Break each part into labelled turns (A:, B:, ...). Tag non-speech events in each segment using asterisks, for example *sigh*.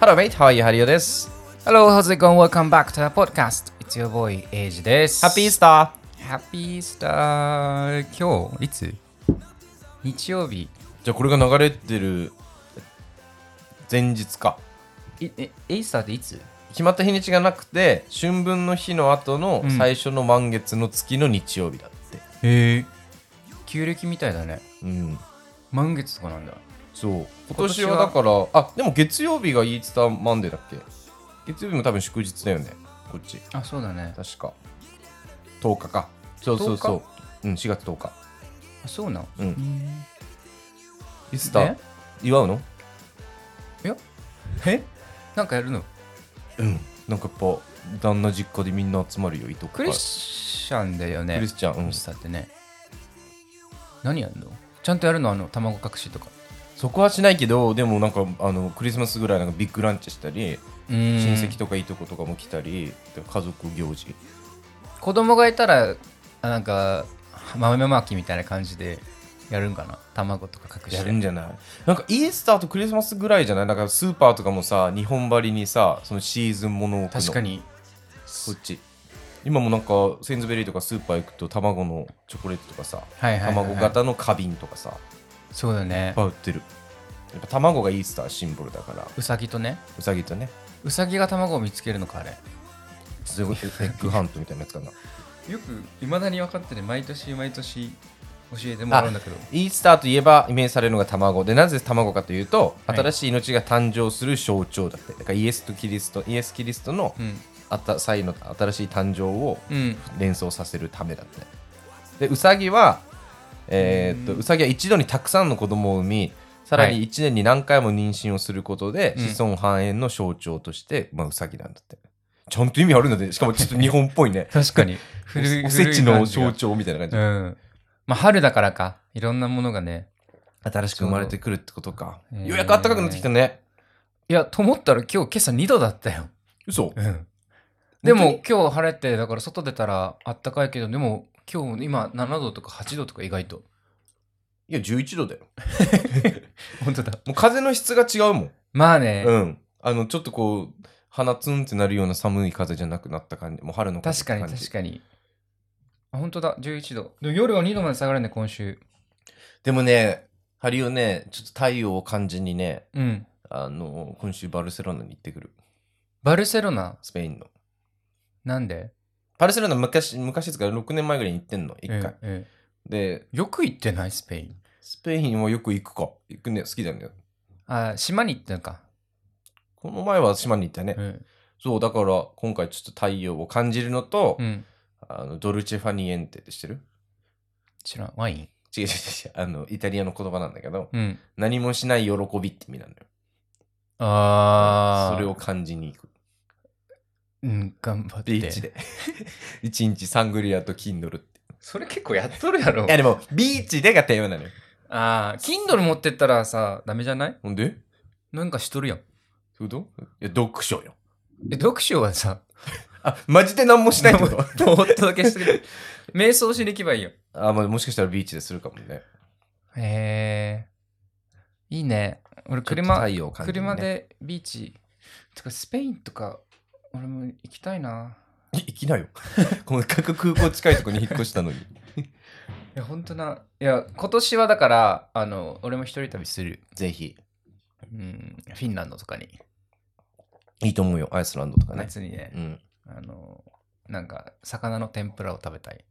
A: Hello mate, how are you? ハリオです。
B: Hello, how's it going? Welcome back to our podcast. It's your boy, エイジです。
A: ハッピーイースタ
B: Happy Star! 今日、いつ日曜日。
A: ーじゃあこれが流れてる前日か。
B: いえ、エイスターっていつ
A: 決まった日にちがなくて、春分の日の後の
B: うん
A: 最初の満月の月の日曜日だって。
B: へえ。旧暦みたいだね。
A: うん。
B: 満月とかなんだ。
A: そう。今
B: 今
A: 年
B: 年は
A: はだから、あ、でも月曜日がイースターマンデーだっけ月曜日も多分祝日だよね。こっち。
B: あ、そうだね。
A: 確か。10日か。そうそうそう。うん、4月10日。
B: あそうなん。
A: うん
B: ん。
A: イースター
B: え
A: 祝うの
B: いや、
A: え
B: なんかやるの
A: うん。なんかやっぱ、旦那実家でみんな集まるよ、いとこか
B: ク
A: ら
B: リスチャンだよね。
A: クリスチャン、うん
B: エイ、スターってね。何やるのちゃんとやるのあの、卵隠しとか。
A: そこはしないけどでもなんかあのクリスマスぐらいなんかビッグランチしたり、
B: うん
A: 親戚とかいとことかも来たりで家族行事
B: 子供がいたらあなんか豆まきみたいな感じでやるんかな卵とか隠
A: や
B: し
A: るん
B: て
A: じゃないなんかイースターとクリスマスぐらいじゃないなんかスーパーとかもさ日本張りにさそのシーズンものを置くの
B: 確かに
A: こっち今もなんかセンズベリーとかスーパー行くと卵のチョコレートとかさ
B: はいはいはいはい
A: 卵型の花瓶とかさい
B: そうだね
A: っぱい売ってるやっぱ卵がイースターシンボルだから
B: うさぎとね
A: うさぎとね
B: うさぎが卵を見つけるのかあれ
A: すごいエッグハントみたいなやつかな
B: よくいまだに分かってて毎年毎年教えても
A: らうん
B: だけど
A: イースターといえばイメージされるのが卵でなぜ卵かというと
B: はい
A: 新しい命が誕生する象徴だってだからイエスとキリストイエス・キリストの
B: うん
A: あた際の新しい誕生を
B: うん
A: 連想させるためだってでウサギはえーっと
B: うん
A: ウサギは一度にたくさんの子供を産みさら
B: は
A: に
B: い
A: 1年に何回も妊娠をすることで、
B: うん
A: 子孫繁栄の象徴として、まあ、ウサギなんだってちゃんと意味あるんだねしかもちょっと日本っぽいね
B: 確かに
A: お
B: 古い
A: おせちの象
B: 古い感じ
A: 徴みたいな感じ、
B: がうんまあ春だからかいろんなものがね
A: 新しく生まれてくるってことか、
B: そう
A: ようやく暖かくなってきたね、
B: いやと思ったら今日今朝2度だったよ
A: 嘘
B: うん *laughs* で
A: 本
B: も今日晴れてだから外出たらあったかいけどでも今日今7度とか8度とか意外と
A: いや11度だよ
B: 本当だ
A: もう風の質が違うもん、
B: まあね、
A: うんあのちょっとこう鼻ツンってなるような寒い風じゃなくなった感じもう春の風
B: 確かに
A: って感じ
B: 確かにあ本当だ11度でも夜は2度まで下がるね今週
A: でもねハリオねちょっと太陽を感じにね
B: うん
A: あの今週バルセロナに行ってくる
B: バルセロナ
A: スペインの
B: なんで
A: バルセロナ昔昔ですから6年前ぐらいに行ってんの1回、
B: えええ
A: で
B: えよく行ってないスペイン
A: スペインはよく行くか行くね好きだね
B: あ島に行ったのか、
A: この前は島に行ったね、
B: うん
A: そうだから今回ちょっと太陽を感じるのと、
B: うん、
A: あのドルチェ・ファニエンテって知ってる
B: 知らんワイン
A: 違う違う違うあのイタリアの言葉なんだけど
B: うん
A: 何もしない喜びって意味なのよ
B: ああ
A: それを感じに行く
B: うん頑張って
A: ビーチ
B: *laughs*
A: で一日サングリアとキンドルって
B: それ結構やっとるやろ
A: いやでもビーチでがテーマなのよ
B: ああ Kindle 持ってったらさダメじゃない
A: ほんで
B: なんかしとるやん
A: どういうこといや読書よ
B: え読書はさ
A: あマジで何もしないってこと
B: *laughs* ぼーっとだけしてる。瞑想しに行けばいいよ。
A: あ、まあ、もしかしたらビーチでするかもね
B: へえ。いいね。俺
A: ちょっと
B: 車、
A: 太陽を感じるね
B: 車でビーチ。とかスペインとか、俺も行きたいな。
A: い行きなよ *laughs* この各空港近いとこに引っ越したのに
B: *laughs* いや、ほんとな。いや、今年はだから、あの、俺も一人旅する。
A: ぜひ
B: うん、フィンランドとかに。
A: いいと思うよアイスランドとかね
B: 夏にね
A: う、ん
B: あの、なんか、魚の天ぷらを食べたい。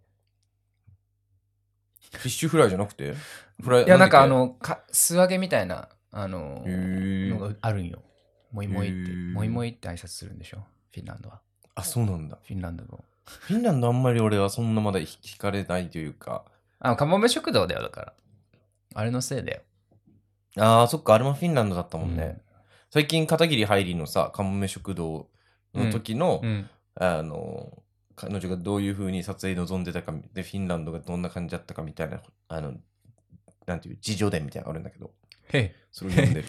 A: フィッシュフライじゃなくてフライ
B: いや、なんか
A: だ
B: あ
A: っ
B: の、か素揚げみたいな、あの
A: け、へー
B: のがあるんよ。もいもいって、
A: へー
B: もいもいって挨拶するんでしょ、フィンランドは。
A: あそうなんだ
B: フィンランドの。
A: フィンランドあんまり俺はそんなまだ惹かれないというか
B: あ、カモメ食堂だよ、だから。あれのせいだよ。
A: あーそっかあれもフィンランドだったもんね、最近片桐はいりのさカモメ食堂の時の、
B: うん。うん。
A: あの彼女がどういうふうに撮影に臨んでたかでフィンランドがどんな感じだったかみたいなあのなんていう自叙伝みたいなのがあるんだけど
B: へ
A: それを読んで
B: *laughs*
A: る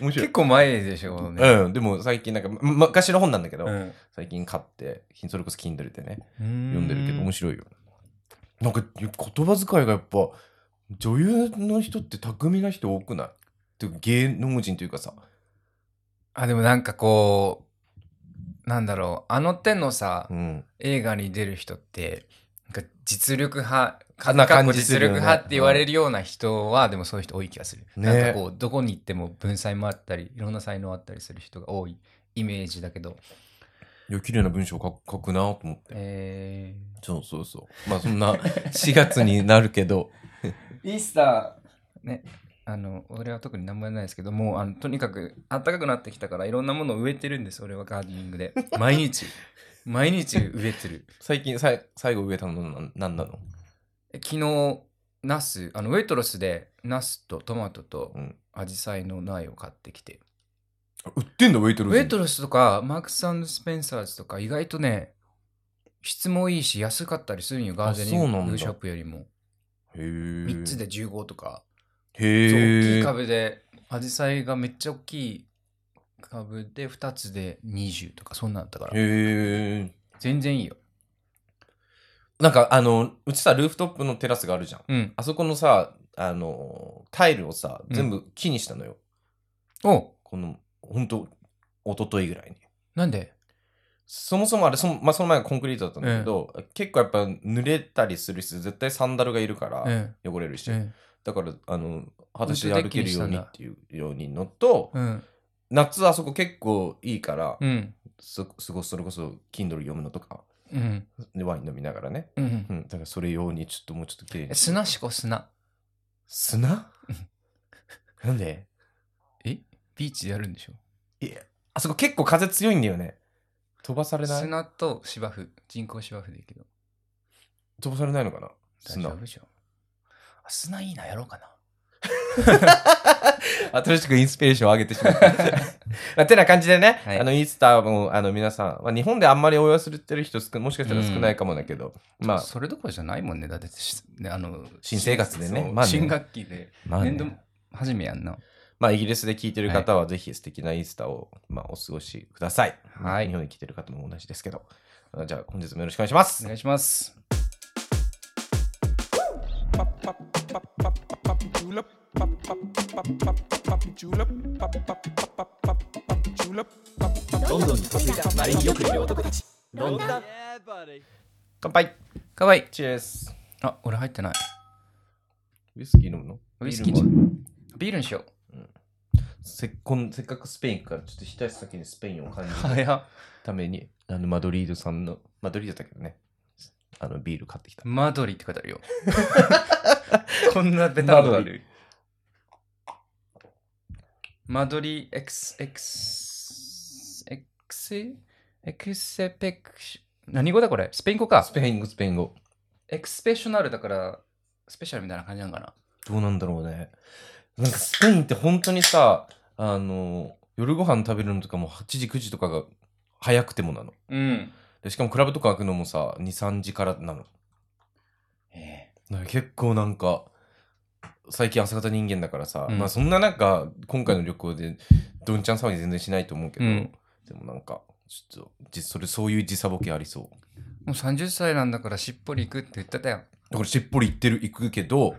A: 面白
B: 結
A: い
B: 構前でしょ、このね。
A: うん、でも最近なんか、ま、昔の本なんだけど、
B: うん。
A: 最近買ってそれこそ Kindle でね
B: 読
A: 読んでるけど面白いよなんか言葉遣いがやっぱ女優の人って巧みな人多くないっていうか芸能人というかさ
B: あ、でもなんかこう、なんだろう、あの手のさ、
A: うん。
B: 映画に出る人って、なんか実力派、
A: か
B: か
A: な
B: な
A: 感
B: 感
A: じ
B: じ
A: す
B: 実
A: るよ
B: 力
A: ね
B: 派って言われるような人は、でもそういう人多い気がする。
A: ね
B: なんかこう、どこに行っても文才もあったり、いろんな才能あったりする人が多いイメージだけど。
A: いや、綺麗な文章書く書くなと思って。
B: え
A: そうそうそう。まあそんな
B: *laughs*
A: 4月になるけど、
B: ー、イースター、ね、あの、俺は特に何もやらないですけど、もうあのとにかく暖かくなってきたから、いろんなものを植えてるんです、俺はガーデニン
A: *laughs*
B: グで。毎日、毎日植えてる。
A: 最近さい最後植えたのなんなんなの
B: え昨日ナスあのウェイトロスでナスとトマトと
A: うん
B: アジサイの苗を買ってきて、
A: 売ってんだ、ウェイトロ
B: ウェイトロスとかマークススペンサーズとか意外とね質もいいし安かったりするんよガーデニ
A: そうなん
B: ン
A: だ
B: グショップよりも
A: へー
B: 3つで15とか、
A: へ
B: そう
A: ー
B: 大きい株でアジサイがめっちゃ大きい株で2つで20とかそんなんだったから
A: へえ。
B: 全然いいよ
A: なんかあの、うちさ、ルーフトップのテラスがあるじゃん。
B: うん
A: あそこのさ、あの、タイルをさ、全部木にしたのよ。
B: お
A: この、ほんと、おとといぐらいに。
B: なんで
A: そもそもあれ、そ,、まあ、その前がコンクリートだったんだけど、結構やっぱ濡れたりするし、絶対サンダルがいるから、
B: うん
A: 汚れるし、
B: うん
A: だから、あの、裸足
B: ウッ
A: で歩
B: ドデッキ
A: け
B: に
A: る
B: し
A: よう
B: た
A: んに
B: だ
A: っていうようにのと、
B: うん
A: 夏あそこ結構いいから、
B: うん
A: そそこそれこそ Kindle 読むのとか、
B: うん
A: でワイン飲みながらね。
B: うん
A: うん、だからそれ用にちょっともうちょっと綺麗に
B: え。砂しこ砂
A: 砂なんで
B: ビーチでやるんでしょ
A: いや、あそこ結構風強いんだよね。飛ばされない
B: 砂と芝生人工芝生でいいけど
A: 飛ばされないのかな
B: 大
A: 砂
B: 丈。夫じゃんあ砂いいなやろうかな
A: 新しくインスピレーションを上げてしまった。 *laughs* まあ、てな感じでね、
B: はい
A: あのイースターもあの皆さん、まあ、日本であんまり応用するってる人少もしかしたら少ないかもだけど、まあ、
B: それどころじゃないもんねだってしねあの
A: 新生活でね
B: そう
A: まあね
B: 新学期で
A: まあね
B: 年度初めやんな
A: まあ、イギリスで聞いてる方はぜひ素敵なイースターを、まあ、お過ごしください。
B: はい
A: 日本に来てる方も同じですけど。あじゃあ本日もよろしくお願いします
B: お。願いします
C: ロンドンに嫁いだマリンよくいる男たちロンドン
A: 乾杯
B: かわいい
A: チェース
B: あ俺入ってない
A: ウイスキー飲むの
B: ウイスキー
A: ビルも
B: ビールにしよう
A: せっこんせっかくスペイン行くからちょっと一足先にスペインを感じる
B: 早っ
A: ためにあのマドリードさんのマドリードだけどねあのビール買ってきた
B: マドリって書いてある *laughs* よこんなベタなことあるマドリ X X X エクセペクシ何語だこれスペイン語か
A: スペイン語スペイン語
B: エクスペショナルだからスペシャルみたいな感じなんかな
A: どうなんだろうねなんかスペインって本当にさあの夜ご飯食べるのとかも8時9時とかが早くてもなの
B: うん
A: でしかもクラブとか開くのもさ23時からなの
B: ええ
A: なんか結構なんか最近朝方人間だからさ、
B: うん
A: まあそんななんか今回の旅行でどんちゃん騒ぎ全然しないと思うけど、
B: うん
A: でもなんかちょっとじそれそういう時差ボケありそう
B: もう30歳なんだからしっぽり行くって言ってたよ
A: だからしっぽり行ってる行くけど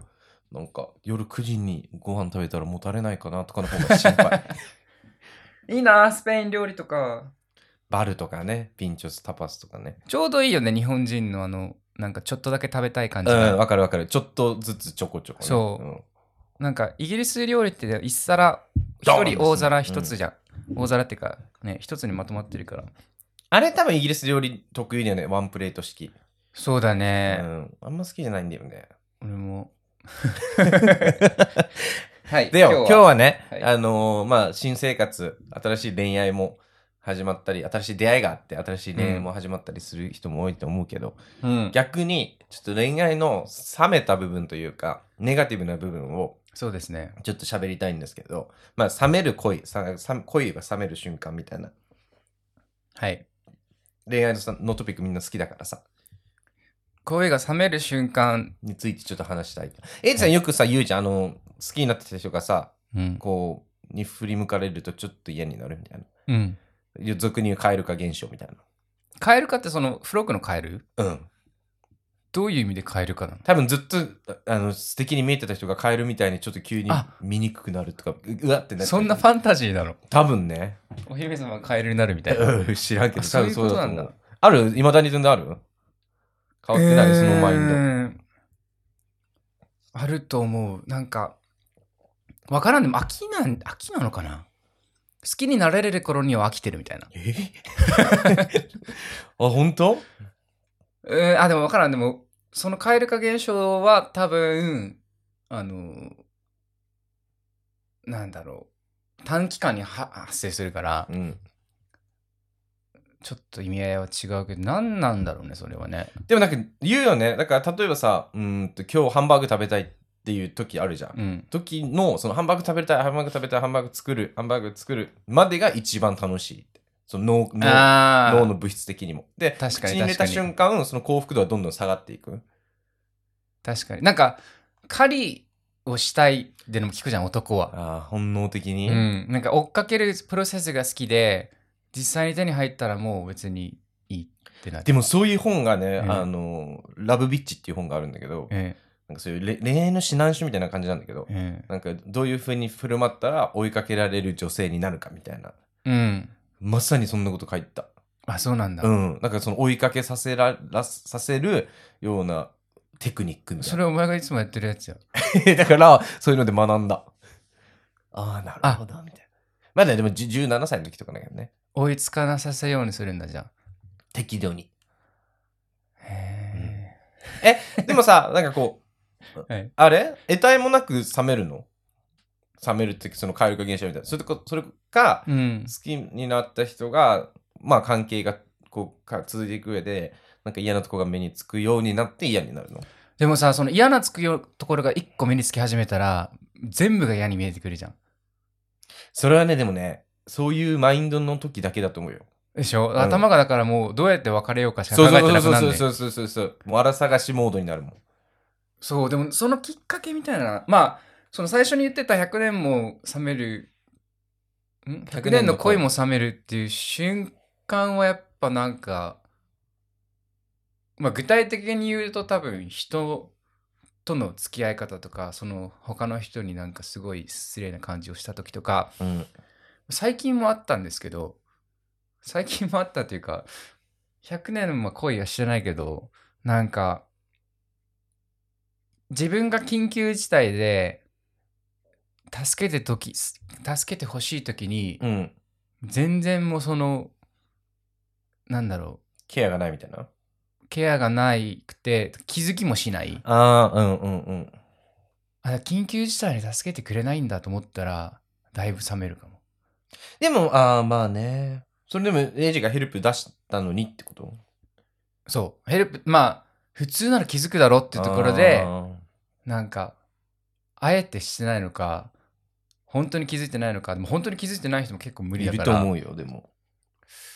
A: なんか夜9時にご飯食べたらもたれないかなとかの方が心配
B: いいなスペイン料理とか
A: バルとかねピンチョスタパスとかね
B: ちょうどいいよね日本人のあのなんかちょっとだけ食べたい感
A: う
B: じが、
A: んわかるわかるちょっとずつちょこちょこ、ね、
B: そうんなんかイギリス料理って一皿
A: ドーン
B: 一
A: ですね
B: 人大皿一つじゃん、大皿っていうかね一つにまとまってるから
A: あれ多分イギリス料理得意だよねワンプレート式、
B: そうだ
A: う
B: ね、
A: ん、あんま好きじゃないんだよ
B: *laughs*
A: ね
B: 俺もはい
A: でよ、今日はね、
B: はい
A: あのーまあ、新生活、新しい恋愛も始まったり、新しい出会いがあって、新しい恋愛も始まったりする人も多いと思うけど、
B: うん、
A: 逆に、ちょっと恋愛の冷めた部分というか、ネガティブな部分を
B: そうですね
A: ちょっと喋りたいんですけど、まあ、冷める恋、ささ恋が冷める瞬間みたいな、
B: はい
A: 恋愛のさのトピックみんな好きだからさ、
B: 声が冷める瞬間、
A: についてちょっと話したい。エイジさんよくさ、言うじゃん、あの、好きになってた人がさ、
B: うん
A: こう、に振り向かれるとちょっと嫌になるみたいな。
B: うん、
A: 俗に言う蛙化現象みたいな。
B: カエルかってそのフロックのカエル
A: うん。
B: どういう意味で変えるかなの
A: 多分ずっとあの素敵に見えてた人がカエルみたいにちょっと急に
B: あ
A: 見にくくなるとかううわってなって
B: そんなファンタジーなの
A: 多分ね
B: お姫様がカエルになるみたいな
A: うん知らんけど
B: あそ
A: 多
B: うい
A: 分そう
B: うこ
A: だ
B: と
A: と思
B: なんだ
A: うあるいまだに全然ある変わってない、そのマインド
B: えーあると思うなんかわからんでも飽きなん飽きなのかな好きになれる頃には飽きてるみたいな
A: え *laughs* あ本当
B: うんあでもわからんでもその蛙化現象は多分あのなんだろう短期間には発生するから
A: うん
B: ちょっと意味合いは違うけど何なんだろうねそれはね
A: でもなんか言うよねだから例えばさうーんと今日ハンバーグ食べたいっていう時あるじゃん、
B: うん
A: 時のそのハンバーグ食べたいハンバーグ食べたいハンバーグ作るハンバーグ作るまでが一番楽しいってその脳脳
B: あ
A: 脳
B: あ
A: の物質的にもで
B: 確か
A: 口
B: に
A: に入れた
B: 確かに
A: 瞬間その幸福度はどんどん下がっていく
B: 確かになんか狩りをしたいってのも聞くじゃん男は
A: あー本能的に、
B: うん、なんか追っかけるプロセスが好きで実際に手に入ったらもう別にいいってなって
A: でもそういう本がね、
B: うん
A: あのラブビッチっていう本があるんだけど、
B: え
A: なんかそういうれ恋愛の指南書みたいな感じなんだけど、
B: ええ
A: なんかどういうふうに振る舞ったら追いかけられる女性になるかみたいな
B: えうん
A: まさにそんなこと書いてた
B: あそうなんだ、
A: うんなんかその追いかけさせららさせるようなテクニックみたいな
B: それお前がいつもやってるやつや
A: え *laughs* だから、そういうので学んだ。ああ、なるほど、みたいな。まだでもじ17歳の時とかだけどね。
B: 追いつかなさせようにするんだじゃん
A: 適度
B: *laughs*
A: に。
B: へ
A: でもさ、なんかこう、
B: はい
A: あれ得体もなく冷めるの冷めるって、その蛙化現象みたいな。それとかそれか、
B: えうん
A: 好きになった人が、まあ関係がこうか続いていく上で、なんか嫌なとこが目につくようになって嫌になるの。
B: でもさその嫌なつくよところが一個目につき始めたら全部が嫌に見えてくるじゃん
A: それはね、でもね、そういうマインドの時だけだと思うよ。
B: でしょ、
A: ん
B: 頭がだからもうどうやって別れようかしか
A: そう
B: 考え
A: そう
B: てなくな
A: そ
B: ん
A: う
B: で
A: そうそうそうそう。もう荒探しモードになるもん。
B: そう、でもそのきっかけみたいな、まあ、その最初に言ってた100年も冷める、ん ?100 年の恋も冷めるっていう瞬間はやっぱなんか、まあ具体的に言うと多分人との付き合い方とか、その他の人になんかすごい失礼な感じをした時とか、
A: うん。
B: 最近もあったんですけど、最近もあったというか、100年も恋はしてないけど、なんか、自分が緊急事態で、助けて時、助けてほしい時に
A: う、ん。
B: 全然もうその、なんだろ
A: ケアがないみたいな。
B: う、ケアがないくて、気づきもしない。
A: ああ、うんうんうん。
B: あ、緊急事態で助けてくれないんだと思ったら、だいぶ冷めるかも。
A: でも、ああ、まあね。それでも、エイジがヘルプ出したのにってこと
B: そう、ヘルプ、まあ、普通なら気づくだろっていうところで、
A: あ
B: なんか、あえてしてないのか、本当に気づいてないのか、でも本当に気づいてない人も結構無
A: ー
B: 理
A: い
B: だ
A: る
B: か
A: と
B: ら、
A: 思うよ、でも。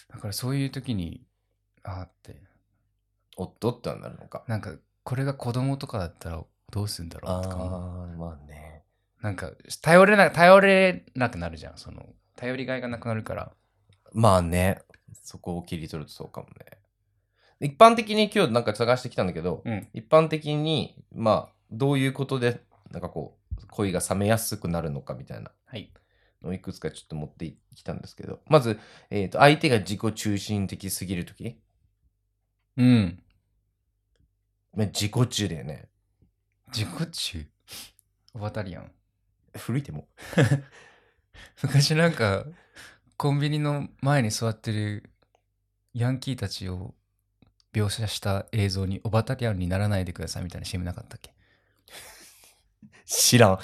B: だからそういう時に、あーって、
A: おっとってはなるのか。
B: なんか、これが子供とかだったらどうするんだろうとか思
A: あ、まあね。
B: う、なんか、頼れな、頼れなくなるじゃん、その、頼りがいがなくなるから。
A: まあね。そこを切り取るとそうかもね。一般的に今日なんか探してきたんだけど、
B: うん。
A: 一般的に、まあ、どういうことで、なんかこう、恋が冷めやすくなるのかみたいな。
B: はい。
A: のをいくつかちょっと持ってきたんですけど、まず、えーと相手が自己中心的すぎるとき、
B: うん。
A: まあ自己中だよね。
B: 自己中。 *laughs* オバタリアン。
A: 古いても。
B: *laughs* 昔なんか、コンビニの前に座ってるヤンキーたちを描写した映像にオバタリアンにならないでくださいみたいな CM なかったっけ
A: 知らん。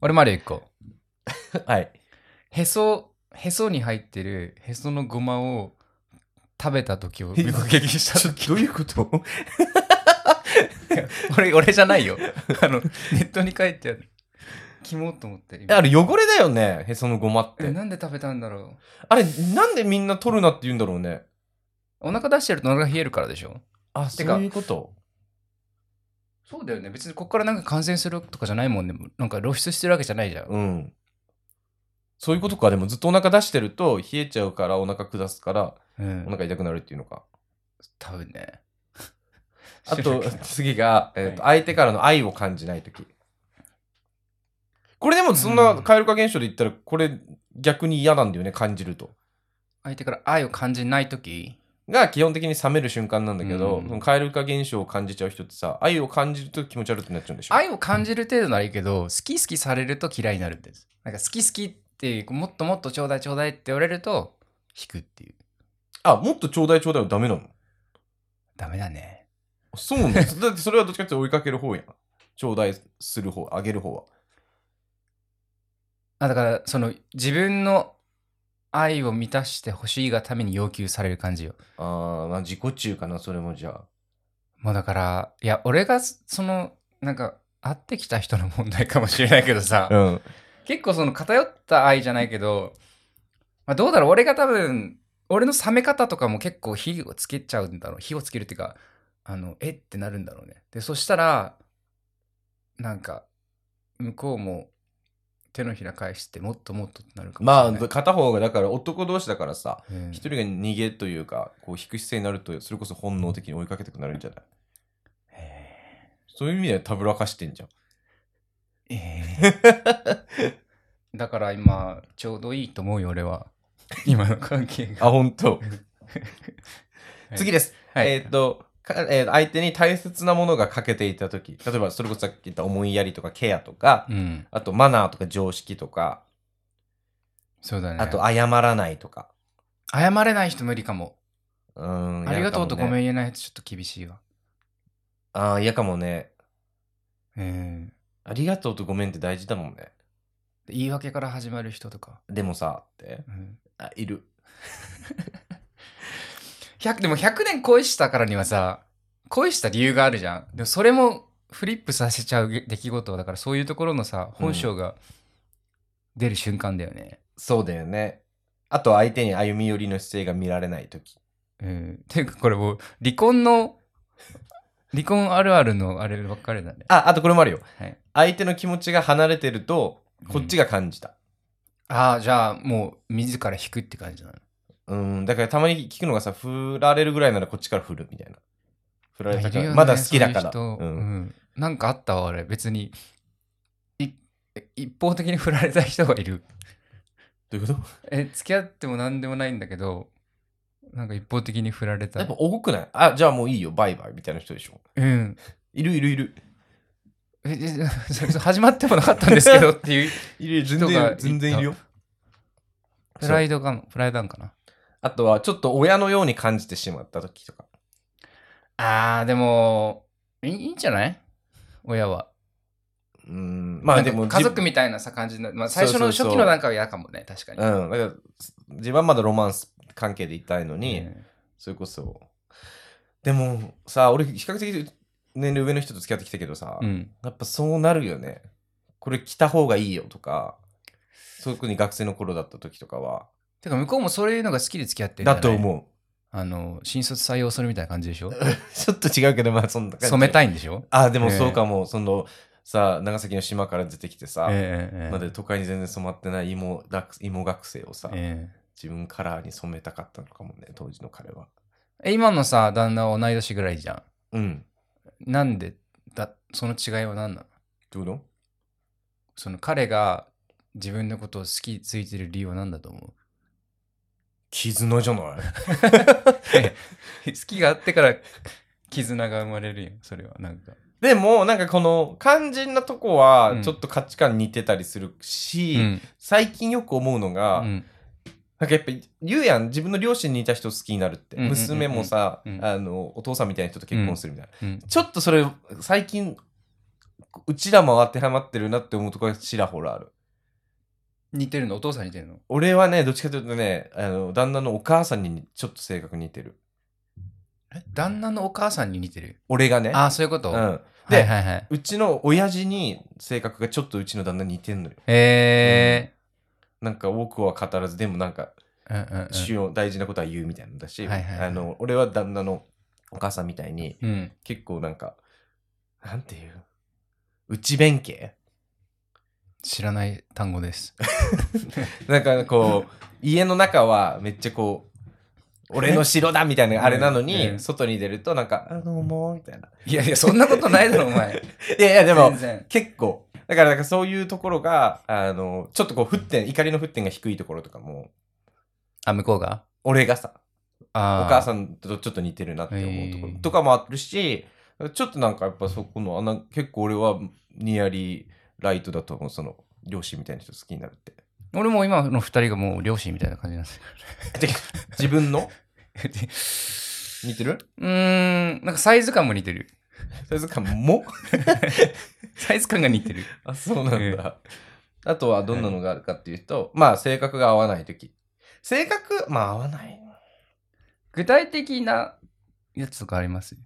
B: 俺まで一個。
A: はい。
B: へそ、へそに入ってるへそのごまを食べた時を目撃した時。
A: どういうこと
B: *laughs* 俺、俺じゃないよ。あの、ネットに書いてある。キモと思ってる。
A: あれ汚れだよね、へそのごまっ
B: え
A: て。
B: なんで食べたんだろ
A: あれ、なんでみんな取るなって言うんだろうね。
B: う。お腹出してるとお腹冷えるからでしょ
A: あ、
B: て
A: そ
B: か
A: ういうこと
B: そうだよね。別にここからなんか感染するとかじゃないもんね。なんか露出してるわけじゃないじゃん。
A: うん。そういうことか。でもずっとお腹出してると冷えちゃうからお腹下すから
B: うん
A: *laughs*
B: *laughs*
A: お腹痛くなるっていうのか。
B: 多分ね。
A: あと、次が、えーと相手からの愛を感じないとき。これでもそんな
B: うん
A: 蛙化現象で言ったら、これ逆に嫌なんだよね、感じると。
B: 相手から愛を感じない時
A: が基本的に冷める瞬間なんだけど、
B: うん
A: その蛙化現象を感じちゃう人ってさ、愛を感じると気持ち悪くなっちゃうんでしょ。
B: 愛を感じる程度ならいいけど、好き好きされると嫌いになるんです。なんか好き好きって、もっともっとちょうだいちょうだいって言われると、引くっていう。
A: あ、もっとちょうだいちょうだいはダメなの
B: ダメだね。
A: そうなのだってそれはどっちかっていうと追いかける方やん。ちょうだいする方、あげる方は。
B: あだから、その、自分の愛を満たしてほしいがために要求される感じよ。
A: あー、まあ自己中かな、それもじゃあ。
B: もうだから、いや、俺が、その、なんか、会ってきた人の問題かもしれないけどさ、
A: うん。
B: 結構その偏った愛じゃないけど、まあ、どうだろう俺が多分俺の冷め方とかも結構火をつけちゃうんだろう火をつけるっていうかあのえってなるんだろうねでそしたらなんか向こうも手のひら返してもっともっとってなるかも
A: ま
B: しれ
A: あ
B: ない、
A: 片方がだから男同士だからさ、
B: うん
A: 一人が逃げというか、こう引く姿勢になると、それこそ本能的に追いかけたくなるんじゃないそういう意味ではたぶらかしてんじゃん。
B: *laughs* だから今ちょうどいいと思うよ俺は今の関係が
A: あ、本当。*laughs*
B: い
A: 次です。
B: はい
A: えーっと、かえー相手に大切なものが欠けていたとき、例えばそれこそさっき言った思いやりとかケアとか、
B: うん
A: あとマナーとか常識とか、
B: そうだね
A: あと謝らないとか。
B: 謝れない人無理かも
A: うーん、
B: ありがとうとごめん
A: ん。
B: 言えない人ちょっと厳しいわ。
A: ああ、嫌かもね。
B: うん。
A: ありがとうとごめんって大事だもんね。
B: 言い訳から始まる人とか。
A: でもさ、って。
B: うん、
A: あ、いる。
B: 100でも100年恋したからにはさ、恋した理由があるじゃん。でもそれもフリップさせちゃう出来事だから、そういうところのさ、本性が出る瞬間だよね。
A: そうだよね。あと相手に歩み寄りの姿勢が見られないとき。
B: うん。ていうかこれもう離婚の、離婚あるあるのあればっかりだね。
A: あ、あとこれもあるよ。
B: はい、
A: 相手の気持ちが離れてると、こっちが感じた。
B: ああ、じゃあもう自ら引くって感じなの。
A: うん、だからたまに聞くのがさ、振られるぐらいならこっちから振るみたいな。振られた
B: いる
A: か
B: よ
A: ら、
B: ね
A: まだ好きだから。
B: そういう
A: う
B: 人
A: ん
B: うんなんかあったわ、俺。別に、い一方的に振られた人がいる。
A: どういうこと
B: え、付き合っても何でもないんだけど、なんか一方的に振られた。
A: やっぱ多くないあ、じゃあもういいよ、バイバイみたいな人でしょ。
B: うん。
A: いるいるいる。
B: ええ、それ始まってもなかったんですけど *laughs* っていう。
A: いる全
B: 人がい
A: 然
B: た
A: 全然いるよ。
B: プライドかも、プライドなんかな。
A: あとは、ちょっと親のように感じてしまった時とか。
B: あー、でも、いいいいんじゃない親は。
A: うん、まあでも、
B: なんか家
A: 自
B: 族
A: 分
B: みたいなさ感じになる。まあ
A: そう
B: 最
A: そう
B: 初
A: そ
B: の
A: う
B: 初期のなんかは嫌かもね、確かに。
A: うん、だから、自分はまだロマンス関係でいたいのに、
B: うん
A: それこそ。でも、さ、俺、比較的年齢上の人と付き合ってきたけどさ、
B: うん。
A: やっぱそうなるよね。これ着た方がいいよとか、特に学生の頃だった時とかは。
B: てか、向こうもそういうのが好きで付き合ってるんじゃ
A: だ
B: な
A: と
B: い
A: 思
B: あの、新卒採用するみたいな感じでしょ
A: う。 *laughs* ちょっと違うけど、まあそんな感じ。
B: 染め
A: い。
B: たいんでしょ
A: あ、でもそうかも。その、さ、長崎の島から出てきてさ、
B: ええええ
A: まだ都会に全然染まってない芋だ芋学生をさ、
B: え
A: 自分カラーに染めたかったのかもね、当時の彼は。
B: ええ今のさ、旦那は同い年ぐらいじゃ
A: うん。
B: ん。なんでだ、その違いは何なの
A: どういうこ
B: その彼が自分のことを好きついてる理由は何だと思
A: と絆じゃないう
B: *laughs*
A: *laughs*
B: 好きがあってから絆が生まれるよ、それは。なんか。
A: でも、なんかこの肝心なとこは
B: う、ん
A: ちょっと価値観似てたりするし、
B: うん。
A: 最近よく思うのが、
B: うん
A: なんかやっぱ言うやん自分の両親に似た人好きになるって、
B: うんうんうんうん
A: 娘もさ、
B: うん
A: あのお父さんみたいな人と結婚するみたいな、
B: うん
A: ちょっとそれ最近うちらも当てはまってるなって思うところがちらほらある
B: 似てるのお父さん似てるの
A: 俺はねどっちかというとねあの旦那のお母さんにちょっと性格似てる
B: 旦那のお母さんに似てる。
A: 俺がね
B: ああ、そういうこと、
A: う
B: はい
A: ん、で、
B: はいはい。
A: うちの親父に性格がちょっとうちの旦那に似てんのよ
B: え
A: なんか多くは語らずでもなんか
B: ー。うんうんうん
A: 主要大事なことは言うみたいなんだし、
B: はいはいはい
A: あの俺は旦那のお母さんみたいに
B: うん。
A: 結構なんか、なんていう内弁慶
B: 知らない単語です。 *laughs*
A: なんかこう、家の中はめっちゃこう、俺の城だみたいなあれなの
B: うん
A: に、外に出るとなんか、あ、どうも、みたいな。
B: いやいや、そんなことないだろ、お *laughs* 前。
A: いやいや、でも
B: 全、然。
A: 結構。だから、なんかそういうところが、あの、ちょっとこう、沸点、怒りの沸点が低いところとかも、
B: あ、向こうが
A: 俺がさ、お
B: ああ。
A: 母さんとちょっと似てるなって思うとこ
B: へ
A: ろ
B: ー
A: とかもあるし、ちょっとなんかやっぱそこの、あなん結構俺はニアリーライトだと思う、その、両親みたいな人好きになる
B: *laughs*
A: って。
B: 俺も今の二人がもう両親みたいな感じなんですよ。
A: てか自分の似てる
B: *laughs* うーん、なんかサイズ感も似てる。
A: サイズ感
B: *laughs*
A: も
B: サイズ感が似てる。
A: あ、そうなんだ。
B: え
A: あとはどんなのがあるかっていうと、まあ性格が合わないとき。性格、まあ合わない。
B: 具体的なやつとかあります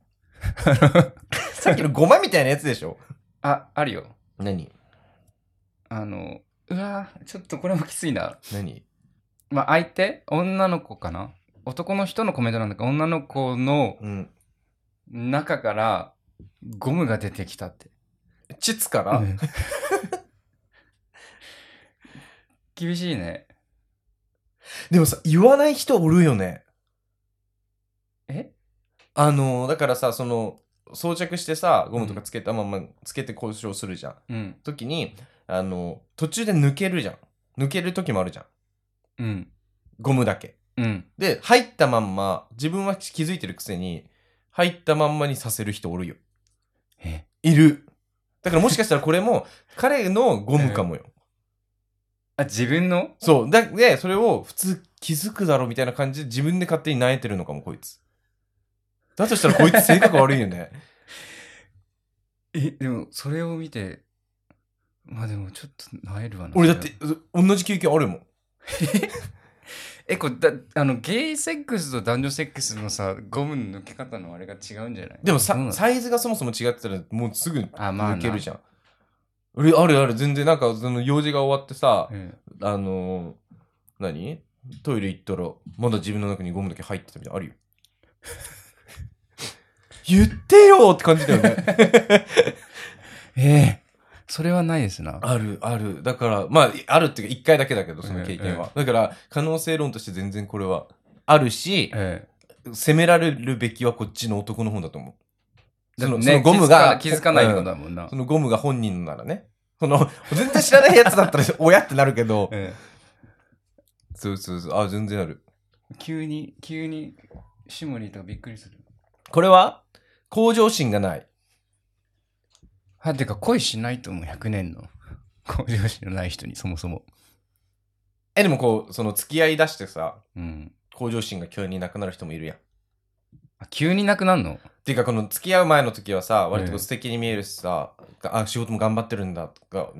A: さっきのゴマみたいなやつでしょ
B: あ、あるよ。
A: 何
B: あの、うわーちょっとこれもきついな。
A: 何
B: まあ、相手女の子かな男の人のコメントなんだけど、女の子の
A: うん。
B: 中からゴムが出てきたって。
A: チツから、
B: うん *laughs* 厳しいね。
A: でもさ、言わない人おるよね。
B: え
A: あのー、だからさ、その、装着してさ、ゴムとかつけたまんま、つけて交渉するじゃん。
B: うん。
A: 時に、あのー、途中で抜けるじゃん。抜ける時もあるじゃん。
B: うん。
A: ゴムだけ。
B: うん。
A: で、入ったまんま、自分は気づいてるくせに、入ったまんまにさせる人おるよ。
B: え
A: いる。だからもしかしたらこれ *laughs* も彼のゴムかもよ。
B: あ、自分の
A: そう。だで、それを普通気づくだろうみたいな感じで自分で勝手に萎えてるのかも、こいつ。だとしたらこいつ性格悪いよね。
B: え、でも、それを見て、まあでも、ちょっと、なえるわな。
A: 俺だって、同じ経験あるもん。
B: え、これだ、あの、ゲイセックスと男女セックスのさ、ゴムの抜け方のあれが違うんじゃ
A: で
B: ない
A: も
B: どうな
A: さ、
B: の
A: サイズがそもそも違ってたらもうすぐ
B: あ、まあな、
A: 抜けるじゃん。俺、あるある、全然なんかその用事が終わってさ、
B: うん
A: あのー、何トイレ行ったら、まだ自分の中にゴムだけ入ってたみたい
B: *laughs*
A: な、あるよ。言ってよって感じだよね。
B: ええそれはないですな。
A: ある、ある。だから、まあ、あるっていうか、一回だけだけど、その経験は。だから、可能性論として全然これはあるし、
B: え
A: 責められるべきはこっちの男の方だと思う。
B: え
A: その,、
B: ね
A: そのゴムが
B: 気づかない気づかないの
A: うん
B: だもんな
A: そ。のゴムが本人のならね。その、全然知らないやつだったら、 *laughs* 親ってなるけど、
B: え
A: そうそうそう、あ、全然ある。
B: え急に、急に、シモリーとかびっくりする。
A: これは、向上心がない。
B: あ、てか、恋しないと思う、100年の。向上心のない人に、そもそも。
A: え、でもこう、その付き合い出してさ、
B: うん。
A: 向上心が急になくなる人もいるやん。っ
B: あ、急になくなるの
A: ていうか、この付き合う前の時はさ、割とこう素敵に見えるしさ、あ、仕事も頑張ってるんだとか、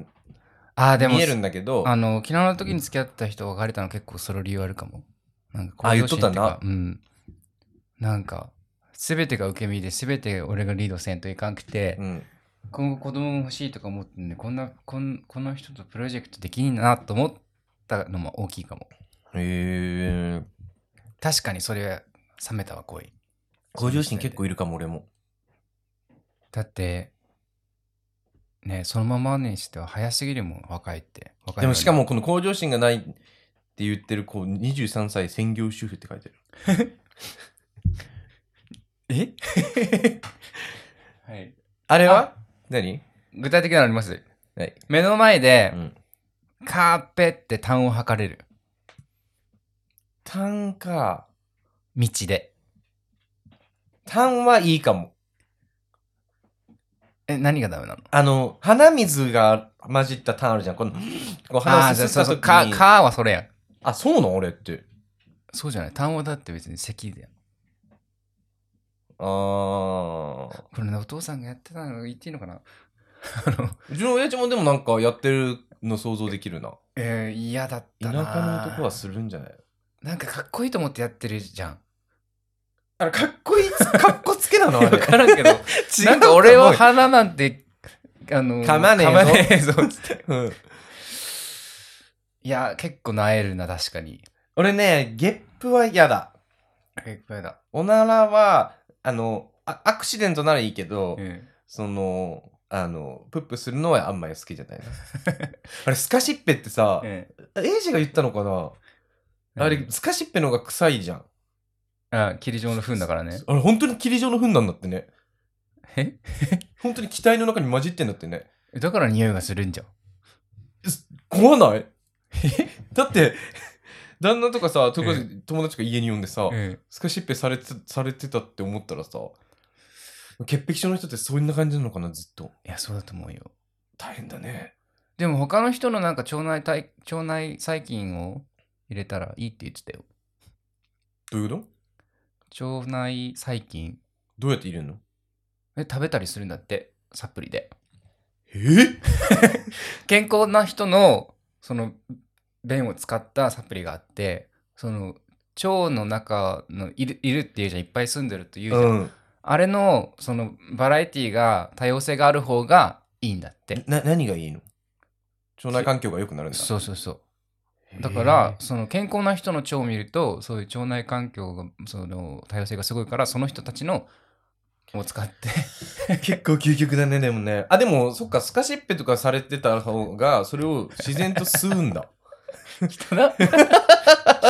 B: あ、でも、
A: 見えるんだけど、
B: あの、昨日の時に付き合った人が別れたの結構その理由あるかも。なんか
A: あ言っとったな
B: 向上心ていうかうん。なんか、すべてが受け身で、すべて俺がリードせんといかんくて、
A: うん。
B: 今後子供も欲しいとか思ってんで、こんな、こんこの人とプロジェクトできんなと思ったのも大きいかも。
A: へえ。
B: 確かにそれは冷めたわ、恋。
A: 向上心結構いるかも、俺も。
B: だって、ねそのままにしては早すぎるもん、若いって。若
A: で
B: いの
A: も
B: に
A: しか、も、この向上心がないって言ってる子、23歳専業主婦って書いてある。 *laughs*
B: えはい。
A: あれ
B: は
A: は何
B: 具体的なのあります。
A: はい
B: 目の前で、
A: うん。
B: カーペって単を測れる。
A: 単か。
B: 道で。
A: 単はいいかも。
B: え、何がダメなの
A: あの、鼻水が混じった単あるじゃん。この、こう鼻
B: あ
A: を
B: あ、
A: す
B: じ
A: す
B: ゃあ
A: っ
B: そう
A: た
B: そ
A: 時
B: う。
A: に。
B: か、かはそれやん。
A: あ、そうなん俺って。
B: そうじゃない。単語だって別に咳だよ。
A: あー。
B: これね、お父さんがやってたの言っていいのかなあの、
A: うちの親父もでもなんかやってるの想像できるな。
B: えー、嫌だっ
A: 田
B: た
A: 舎
B: な。
A: の男はするんじゃない
B: なんかかっこいいと思ってやってるじゃん。
A: あれ、かっこいいつ、 *laughs* かっこつけなのあ
B: わ
A: れ。
B: から
A: *laughs*
B: んけど。なんか俺は鼻なんて、あの、
A: 噛まねえぞ
B: 噛ねえぞ。
A: うん
B: いや、結構なえるな、確かに。
A: 俺ね、ゲップは嫌だ。
B: 結構やだ。
A: おならは、あの、あアクシデントならいいけど、
B: うん。
A: その、あの、プップするのはあんまり好きじゃないな。あれ、スカシッペってさ、エイジが言ったのかな、あれ、スカシッペの方が臭いじゃん。
B: あ、霧状の糞だからね。
A: あれ、本当に霧状の糞なんだってね。
B: え
A: 本当に気体の中に混じってんだってね。
B: だから匂いがするんじゃん。
A: 怖ないだって、旦那とかさ、友達,、友達が家に呼んでさ、
B: うん。
A: スカシッペされてされてたって思ったらさ、潔癖症の人ってそんな感じなのかな、ずっと。
B: いや、そうだと思うよ。
A: 大変だね。
B: でも他の人のなんか腸内体、腸内細菌を入れたらいいって言ってたよ。
A: どういうこと
B: 腸内細菌。
A: どうやって入れるの
B: え、食べたりするんだって、サプリで。
A: えー
B: 健康な人の、その、便を使ったサプリがあって、その、腸の中のいるいるっていうじゃん、いっぱい住んでるというじゃん。
A: うん。
B: あれの、その、バラエティが、多様性がある方がいいんだって。
A: な、何がいいの腸内環境が良くなるんだ。
B: そうそうそう。
A: へー
B: だから、その健康な人の腸を見るとそういう腸内環境がその多様性がすごいからその人たちのを使って
A: *laughs* 結構究極だね、でもね。あ、でも、そっか、スカシッペとかされてた方が、それを自然と吸うんだ。
B: た *laughs* だ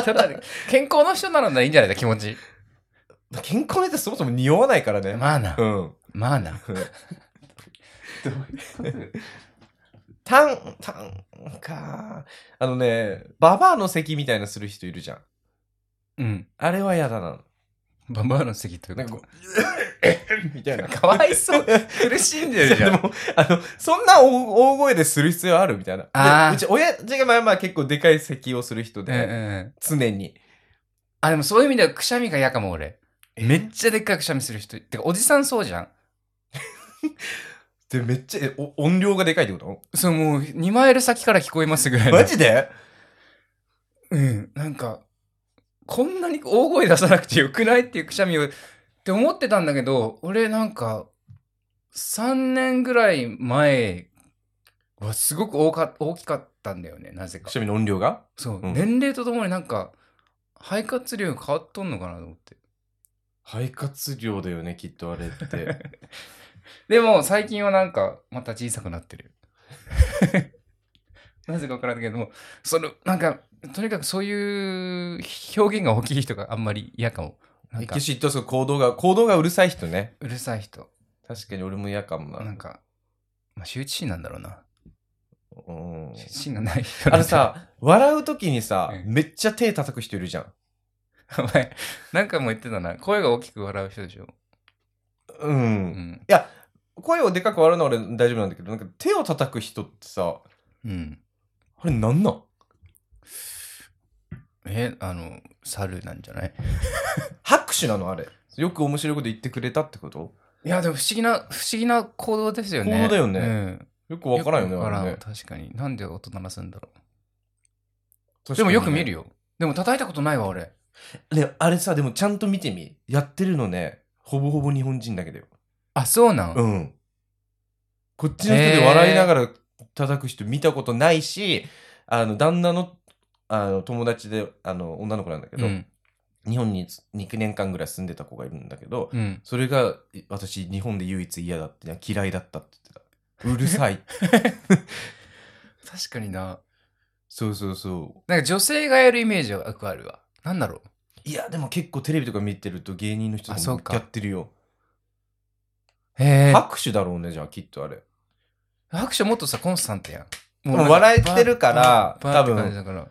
B: ただ健康の人なのならいいんじゃないか気持ち
A: *laughs* 健康の人そもそも匂わないからね。
B: まあな
A: うん。
B: まあな
A: タン、タンか。あのね、ババアの席みたいなする人いるじゃん。
B: うん
A: あれは嫌だな。
B: バンバアの席という
A: な
B: か
A: んかこう、 *laughs* みたいな。
B: かわいそ
A: *laughs*
B: う苦しんでるじゃん
A: でも、あの、そんな大大声でする必要あるみたいな。で
B: あー
A: うち親父がまあまあ結構でかい席をする人
B: うんうん
A: で、
B: うん
A: 常に。
B: あでもそういう意味ではくしゃみが嫌かも俺めっちゃでっかいくしゃみする人てかおじさんそうじゃん
A: で、めっちゃ、えお音量がでかいって *laughs* こ
B: そうもう2マイル先から聞こえますぐらい
A: と
B: の
A: マジで
B: うん、なんか、こんなに大声出さなくてよくないっていうくしゃみを、って思ってたんだけど、俺なんか、3年ぐらい前はすごく大か大きかったんだよね、なぜか
A: くし。ゃみの音量が
B: そう、
A: うん
B: 年齢とともになんか、肺活量が変わっとんのかなと思って。
A: 肺活量だよね、きっとあれ *laughs* って。
B: でも、最近はなんか、また小さくなってる。 *laughs* なぜかわからんけども、その、なんか、とにかくそういう表現が大きい人があんまり嫌かも。なん
A: メ
B: か
A: キシとその行動が、行動がうるさい人ね。
B: うるさい人。
A: 確かに俺も嫌かもな。
B: なんか、まあ、羞恥心なんだろうな。
A: うん
B: 羞恥心がない人
A: あの、さ、 *laughs* 笑う時にさ、
B: うん
A: めっちゃ手叩く人いるじゃん。
B: *laughs* お前、何回も言ってたな。声が大きく笑う人でしょ。
A: う。
B: うんん。
A: 声をでかく割るのは俺大丈夫なんだけど、なんか手を叩く人ってさ、
B: うん。
A: あれなんなん
B: え、あの、猿なんじゃない
A: 拍手なのあれ。よく面白いこと言ってくれたってこと
B: いや、でも不思議な、不思議な行動ですよね。
A: 行動だよね
B: うん。
A: よくわからんよね、
B: くわ
A: あ
B: からん
A: れね。
B: 確かに。なんで音鳴らすんだろ
A: 確か
B: う。
A: に
B: でもよく見る
A: よ。
B: よ。でも叩いたことないわ、俺。
A: で、あれさ、でもちゃんと見てみ。やってるのね、ほぼほぼ日本人だけだよ。
B: あ、そうなん、
A: うん。こっちの人で笑いながら叩く人見たことないし、あの、旦那のあの友達で、あの、女の子なんだけ
B: う
A: ど、
B: ん。
A: 日本に2年間ぐらい住んでた子がいるんだけど、
B: うん。
A: それがい私日本で唯一嫌だって嫌いだったって言ってたうるさ
B: *laughs*
A: い
B: 確かにな。
A: そうそうそ
B: なんか女性がやるイメージはよくあるわ。なんだろ
A: ういやでも結構テレビとか見てると芸人の人
B: あそ
A: と
B: う
A: か
B: か
A: やってるよ
B: う。へえ。
A: 拍手だろうねじゃあきっとあれ
B: 拍手もっとさ、コンスタントやん。
A: もう笑えてるから
B: バーバー
A: 多分
B: バーって感じだから。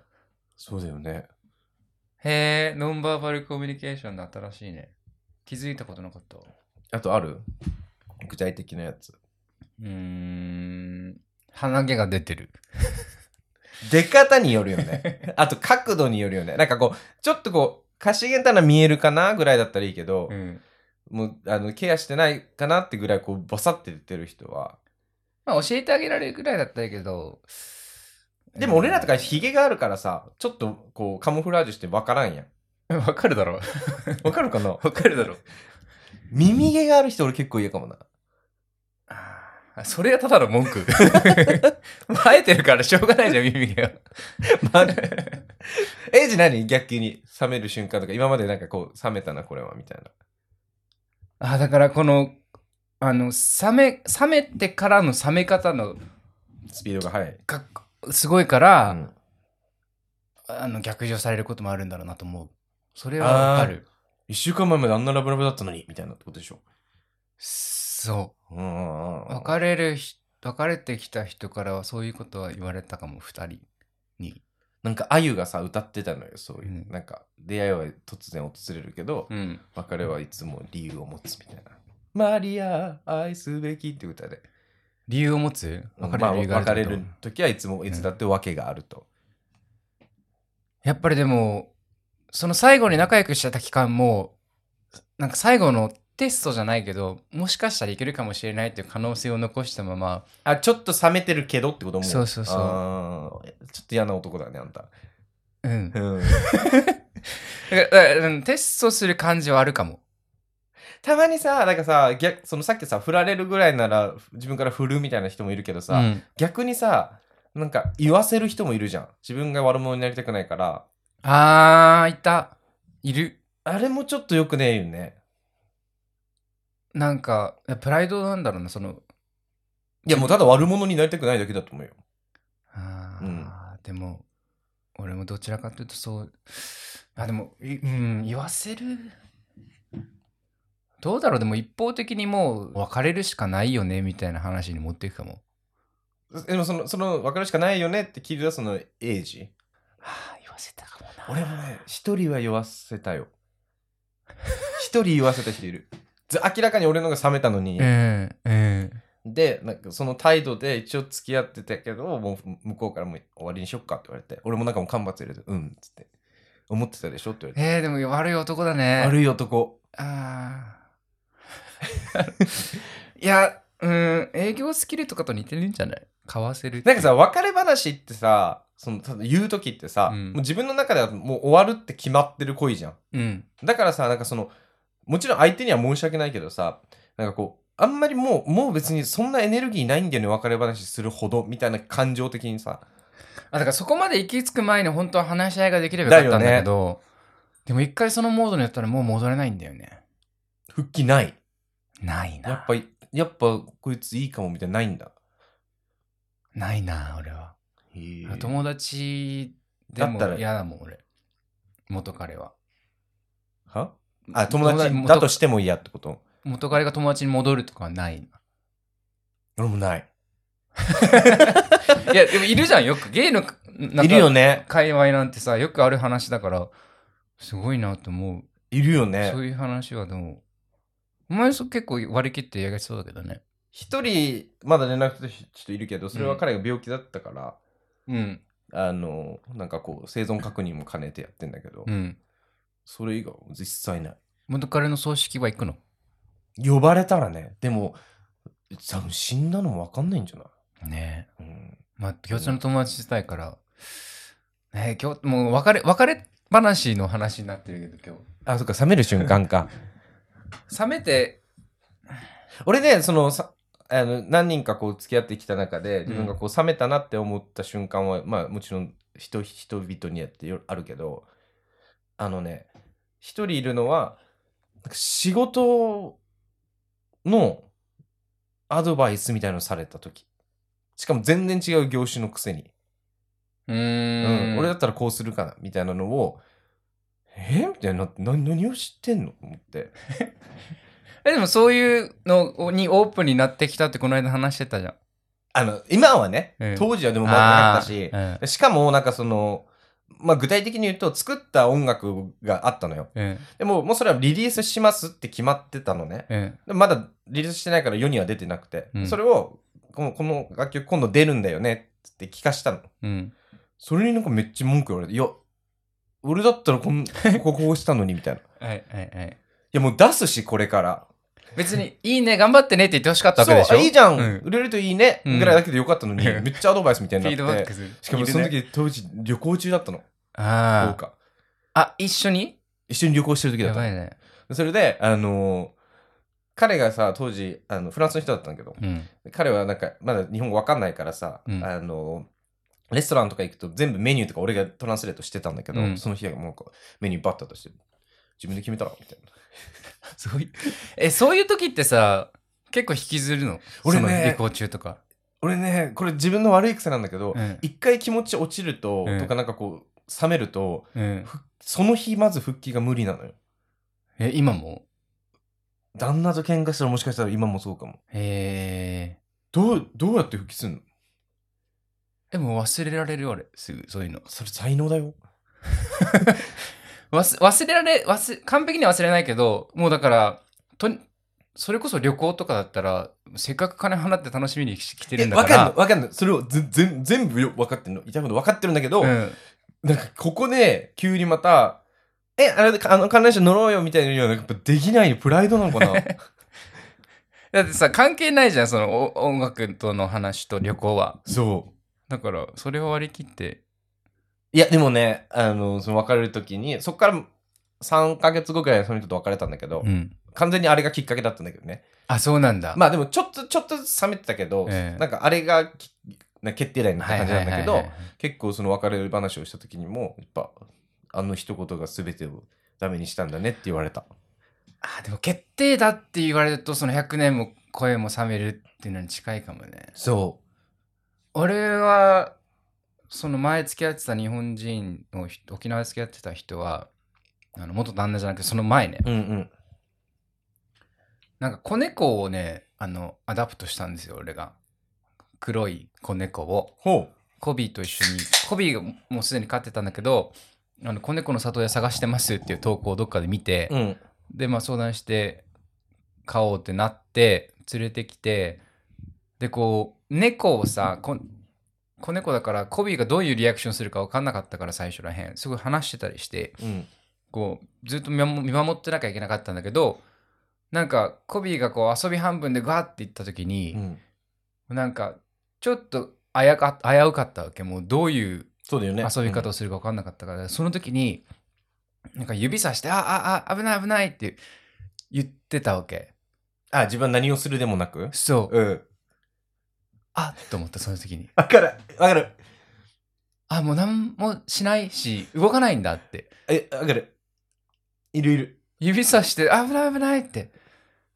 A: そうだよね
B: へえ、ノンバーバルコミュニケーションで新しいね。気づいたことなかったわ。
A: あとある具体的なやつ
B: うーん。鼻毛が出てる。
A: 出方によるよねあと角度によるよねなんかこうちょっとこうかしげたら見えるかなぐらいだったらいいけど、
B: ん。
A: もうあのケアしてないかなってぐらいこうバサって出てる人は
B: まあ教えてあげられるぐらいだったらいいけど。
A: でも俺らとかヒ
B: ひ
A: ゲがあるからさ、ちょっとこうカモフラージュして分からんやん。
B: *laughs* わかるだろ。
A: わかるかな
B: わかるだろ。
A: 耳毛がある人俺結構嫌かもな。
B: あそれがただの文句。生えてるからしょうがないじゃん、耳毛が。
A: まあ、 *laughs* エイジ何逆に冷める瞬間とか、今までなんかこう冷めたなこれはみたいな。
B: あだからこの、あの、冷め、冷めてからの冷め方の
A: スピードが速い。
B: がすごいか
A: う
B: ら、
A: ん、
B: あの逆上されることもあるんだろうなと思う。それはわかる。
A: 一週間前まであんなラブラブだったのにみたいなことでしょ。
B: そ
A: うんうんうん
B: う。別れるひ、別れてきた人からはそういうことは言われたかも、二人に。
A: なんかあゆがさ歌ってたのよそういう、
B: うん
A: なんか出会いは突然訪れるけど、
B: うん。
A: 別れはいつも理由を持つみたいな「マリア愛すべき」って歌で
B: 理由を持つ別
A: ま
B: れ
A: あ
B: る理由がある
A: 別
B: って
A: れ
B: こと
A: る時はいつもいつだって訳があると、
B: やっぱりでも、その最後に仲良くしてた期間も、なんか最後のテストじゃないけど、もしかしたらいけるかもしれないっていう可能性を残したまま、
A: あちょっと冷めてるけどってことも
B: そうそうそう
A: あーちょっと嫌な男だねあんた
B: うん。だか
A: うん
B: らだから、うんテストする感じはあるかも。
A: たまにさなんかさ逆そのさっきさ振られるぐらいなら自分から振るみたいな人もいるけどさ、
B: うん
A: 逆にさなんか言わせる人もいるじゃん自分が悪者になりたくないから
B: あー、いた。いる。
A: あれもちょっとよくねえよね
B: なんか、プライドなんだろうな、その、
A: いやもうただ悪者になりたくないだけだと思うよ
B: あー、でも、俺もどちらかというとそう、あ、でも、いうん、言わせる。どうだろう、でも一方的にもう別れるしかないよね、みたいな話に持っていくかも。
A: でもそのその分かるしかないよねって聞いたそのエイジ
B: ああ、言わせたかもな。
A: 俺もね一人は酔わせたよ *laughs* 一人言わせた人いるず明らかに俺のが冷めたのに、
B: うん、うん。
A: でなんかその態度で一応付き合ってたけどもう向こうからもう終わりにしよっかって言われて俺もなんかもう間髪入れて「うん」っつって「思ってたでしょ?」って言われて
B: えー、でも悪い男だね。
A: 悪い男
B: ああ。いや、うん、営業スキルとかと似てるんじゃない買わせるって
A: なんかさ別れ話ってさそのただ言う時ってさ、
B: うん
A: もう自分の中ではもう終わるって決まってる恋じゃん
B: うん。
A: だからさなんかそのもちろん相手には申し訳ないけどさなんかこうあんまりもうもう別にそんなエネルギーないんだよね別れ話するほどみたいな感情的にさ
B: あ、だからそこまで行き着く前に本当は話し合いができればよかったんだけど、でも一回そのモードにやったらもう戻れないんだよね。
A: 復帰ない
B: ないな。
A: やっぱやっぱこいついいかもみたいなないんだ
B: ないな、俺は。友達で
A: だ
B: も
A: ったら
B: 嫌だもん、俺。元彼は。
A: はあ友達だとしても嫌ってこと
B: 元彼が友達に戻るとかはないな。
A: 俺もない
B: いや、でもいるじゃん、よく。ゲイの、なんか
A: いるよね
B: 界隈なんてさ、よくある話だから、すごいなと思う。
A: いるよね
B: そういう話はでも、お前そ結構割り切ってやりそうだけどね。
A: 一人まだ連絡としてちょっといるけどそれは彼が病気だったから、
B: うん。
A: あのなんかこう生存確認も兼ねてやってんだけど、
B: うん。
A: それ以外は実際ない
B: 元彼の葬式は行くの
A: 呼ばれたらねでも多分死んだのも分かんないんじゃない、
B: ねえ。
A: うん、
B: まあ、共通の友達したいから、ねえ、今日、もう別れ、別れ話の話になってるけど、
A: あそっか冷める瞬間か
B: 今日。冷めて、
A: 俺ねそのさあの何人かこう付き合ってきた中で
B: ん
A: 自分がこう冷めたなって思った瞬間は、まあもちろん人人々にやってよあるけどあのね一人いるのはなんか仕事のアドバイスみたいのされた時しかも全然違う業種のくせに
B: う
A: うん
B: ーん。
A: 俺だったらこうするかなみたいなのをえみたいになって何何を知ってんのと思って
B: え、でもそういうのにオープンになってきたってこの間話してたじゃん。
A: あの今はね、
B: うん
A: 当時はでもまだなかったし
B: あ、ー
A: しかもなんかその、まあ、具体的に言うと作った音楽があったのよ
B: うん。うん。
A: でももうそれはリリースしますって決まってたのね
B: うん。
A: でもまだリリースしてないから世には出てなくて、
B: うん
A: それをこのこの楽曲今度出るんだよねって聞かしたの
B: うん。
A: それになんかめっちゃ文句言われて「いや俺だったらこん
B: *laughs*
A: こここうしたのに」みたいな「い
B: はいはいはい。
A: やもう出すしこれから」
B: 別に、 *laughs* いいね、頑張ってねって言ってほしかったわけ
A: そう
B: でしょ
A: あいいじゃん、
B: うん
A: 売れるといいね、
B: うん
A: ぐらいだけでよかったのに、
B: うん
A: めっちゃアドバイスみたい
B: フィー
A: に
B: ド
A: な
B: バ
A: っ
B: ッ
A: て
B: クする。
A: しかもその時、当時旅行中だったの福
B: ああ。
A: 岡
B: あ、一緒に
A: 一緒に旅行してる時だ
B: や
A: った
B: ば
A: の
B: いね。
A: それであのー彼がさ当時あのフランスの人だったんだけど、 *laughs*
B: うん。
A: 彼はなんかまだ日本語わかんないからさ、
B: うん
A: あのレストランとか行くと全部メニューとか俺がトランスレートしてたんだけど、
B: うん
A: その日はもうこうメニューバッタとして自分で決めたらみたいな
B: そういう、え、そういう時ってさ、結構引きずるの
A: 俺ね
B: その旅行中とか。
A: 俺ねこれ自分の悪い癖なんだけど、
B: うん
A: 一回気持ち落ちると、
B: うん
A: とかなんかこう冷めると、
B: うん。
A: その日まず復帰が無理なのよ。
B: え、今も
A: 旦那と喧嘩したらもしかしたら今もそうかも。
B: へえ。
A: どう、どうやって復帰すんの
B: でも忘れられるよ、あれ。すぐ、そういうの。
A: それ才能だよ。
B: 忘忘れられ忘れ、完璧には忘れないけど、もうだから、とにそれこそ旅行とかだったら、せっかく金払って楽しみに来てるんだ
A: わ
B: か
A: かんの
B: ら。
A: わかんのそれをぜ全全部よ分かってるの。痛いこと分かってるんだけど、
B: うん、
A: なんかここで急にまた、え、あれ、あの観覧車乗ろうよみたいなのはなんかやっぱできないのプライドな
B: *laughs*
A: のかな
B: だってさ、関係ないじゃん、そのお音楽との話と旅行は。
A: そう。
B: だから、それを割り切って。
A: いや、でもね、あの、その別れる時に、そっから3ヶ月後くらいその人と別れたんだけど、
B: うん。
A: 完全にあれがきっかけだったんだけどね。
B: あ、そうなんだ。
A: まあでもちょっと、ちょっとずつ冷めてたけど、
B: ええ
A: なんかあれがきな決定打になった感じなんだけ
B: はい
A: ど
B: はいはい、はい
A: 結構その別れる話をした時にも、やっぱ、あの一言が全てをダメにしたんだねって言われた。
B: あでも決定だって言われるとその100年も声も冷めるっていうのに近いかもね
A: そ
B: 俺はその前付き合ってた日本人の人沖縄で付き合ってた人はあの元旦那じゃなくてその前ね
A: う。うんうん。
B: なんか子猫をねあのアダプトしたんですよ俺が黒い子猫を
A: ほ
B: コビーと一緒にコビーがもうすでに飼ってたんだけどあの子猫の里親探してますっていう投稿をどっかで見て、
A: う。うん。
B: でまあ相談して買おうってなって連れてきてでこう猫をさこ子猫だからコビーがどういうリアクションするか分かんなかったから最初らへんすごい話してたりして
A: うん。
B: こうずっと見守見守ってなきゃいけなかったんだけどなんかコビーがこう遊び半分でガーって行った時
A: う
B: に、
A: ん。
B: なんかちょっとあやか危うかったわけもうどういう
A: そうだよね。
B: 遊び方をするか分かんなかったから、その時になんか指さして「あああ危ない危ない」って言ってたわけ
A: あ、自分は何をするでもなく
B: そう
A: うん。
B: あっと思ったその時に
A: わかる。わかる。
B: あもう何もしないし動かないんだって
A: え、わかる。いるいる。
B: 指さして「あ危ない危ない」って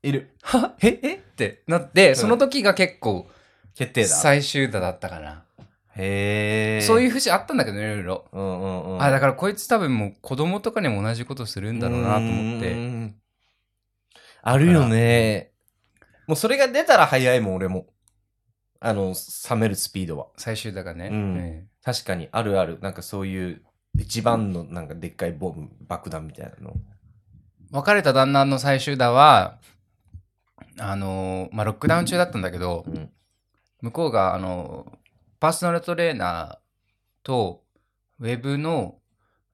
A: いる。
B: 「はええっ?」てなってその時が結構
A: 決定だ。
B: 最終打だったかな、
A: へえ。。
B: そういうう節あったんだけどねいろいろ、
A: うんうんうん。
B: あだからこいつ多分もう子供とかにも同じことするんだろうなと思っ
A: う
B: て
A: ん。あるよね。もうそれが出たら早いもん、俺も。あの、冷めるスピードは。
B: 最終打がね、
A: うん
B: ええ
A: 確かに、あるある。なんかそういう、一番のなんかでっかいボム、爆弾みたいなの。
B: 別れた旦那の最終打はあのーまあロックダウン中だったんだけど
A: うん。
B: 向こうがあのパーソナルトレーナーとウェブの、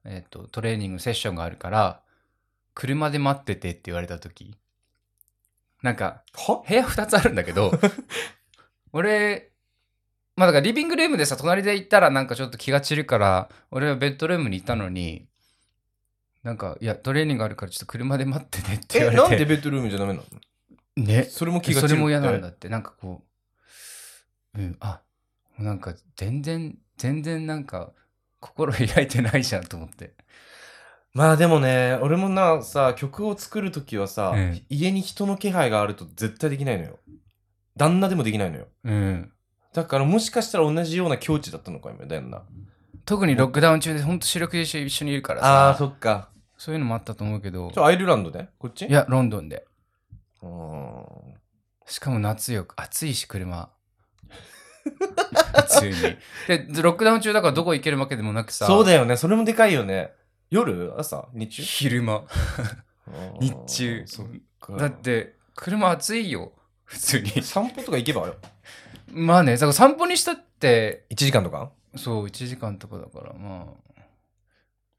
B: えっとトレーニングセッションがあるから車で待っててって言われた時なんか
A: は
B: 部屋2つあるんだけ
A: *laughs*
B: ど俺まあだからリビングルームでさ隣で行ったらなんかちょっと気が散るから俺はベッドルームに行ったのになんかいやトレーニングあるからちょっと車で待っててって言
A: え、
B: われて
A: なんでベッドルームじゃダメなの
B: ね
A: それも気が散る
B: そ
A: って
B: れも嫌なんだってなんかこううんあなんか全然全然なんか心開いてないじゃんと思って
A: まあでもね、俺もな、さ、曲を作るときはさ、
B: うん
A: 家に人の気配があると絶対できないのよ。旦那でもできないのよ。
B: うん
A: だからもしかしたら同じような境地だったのか、今、旦那。
B: 特にロックダウン中でほんと四六時中一緒にいるから
A: ああ、
B: さ
A: そっか。
B: そういうのもあったと思うけど
A: ちょ、アイルランドでこっち
B: いやロンドンで
A: うーん
B: しかも夏よ暑いし車 *laughs* 普通にでロックダウン中だからどこ行けるわけでもなくさ
A: そうだよね。それもでかいよね。夜朝日中
B: 昼間
A: うーん
B: 日中
A: そっか。
B: だっ、て車暑いよ普通に
A: 散歩とか行けばよ。
B: まあねだから散歩にしたって
A: 1時間とか
B: そう、1時間とかだから、まあ。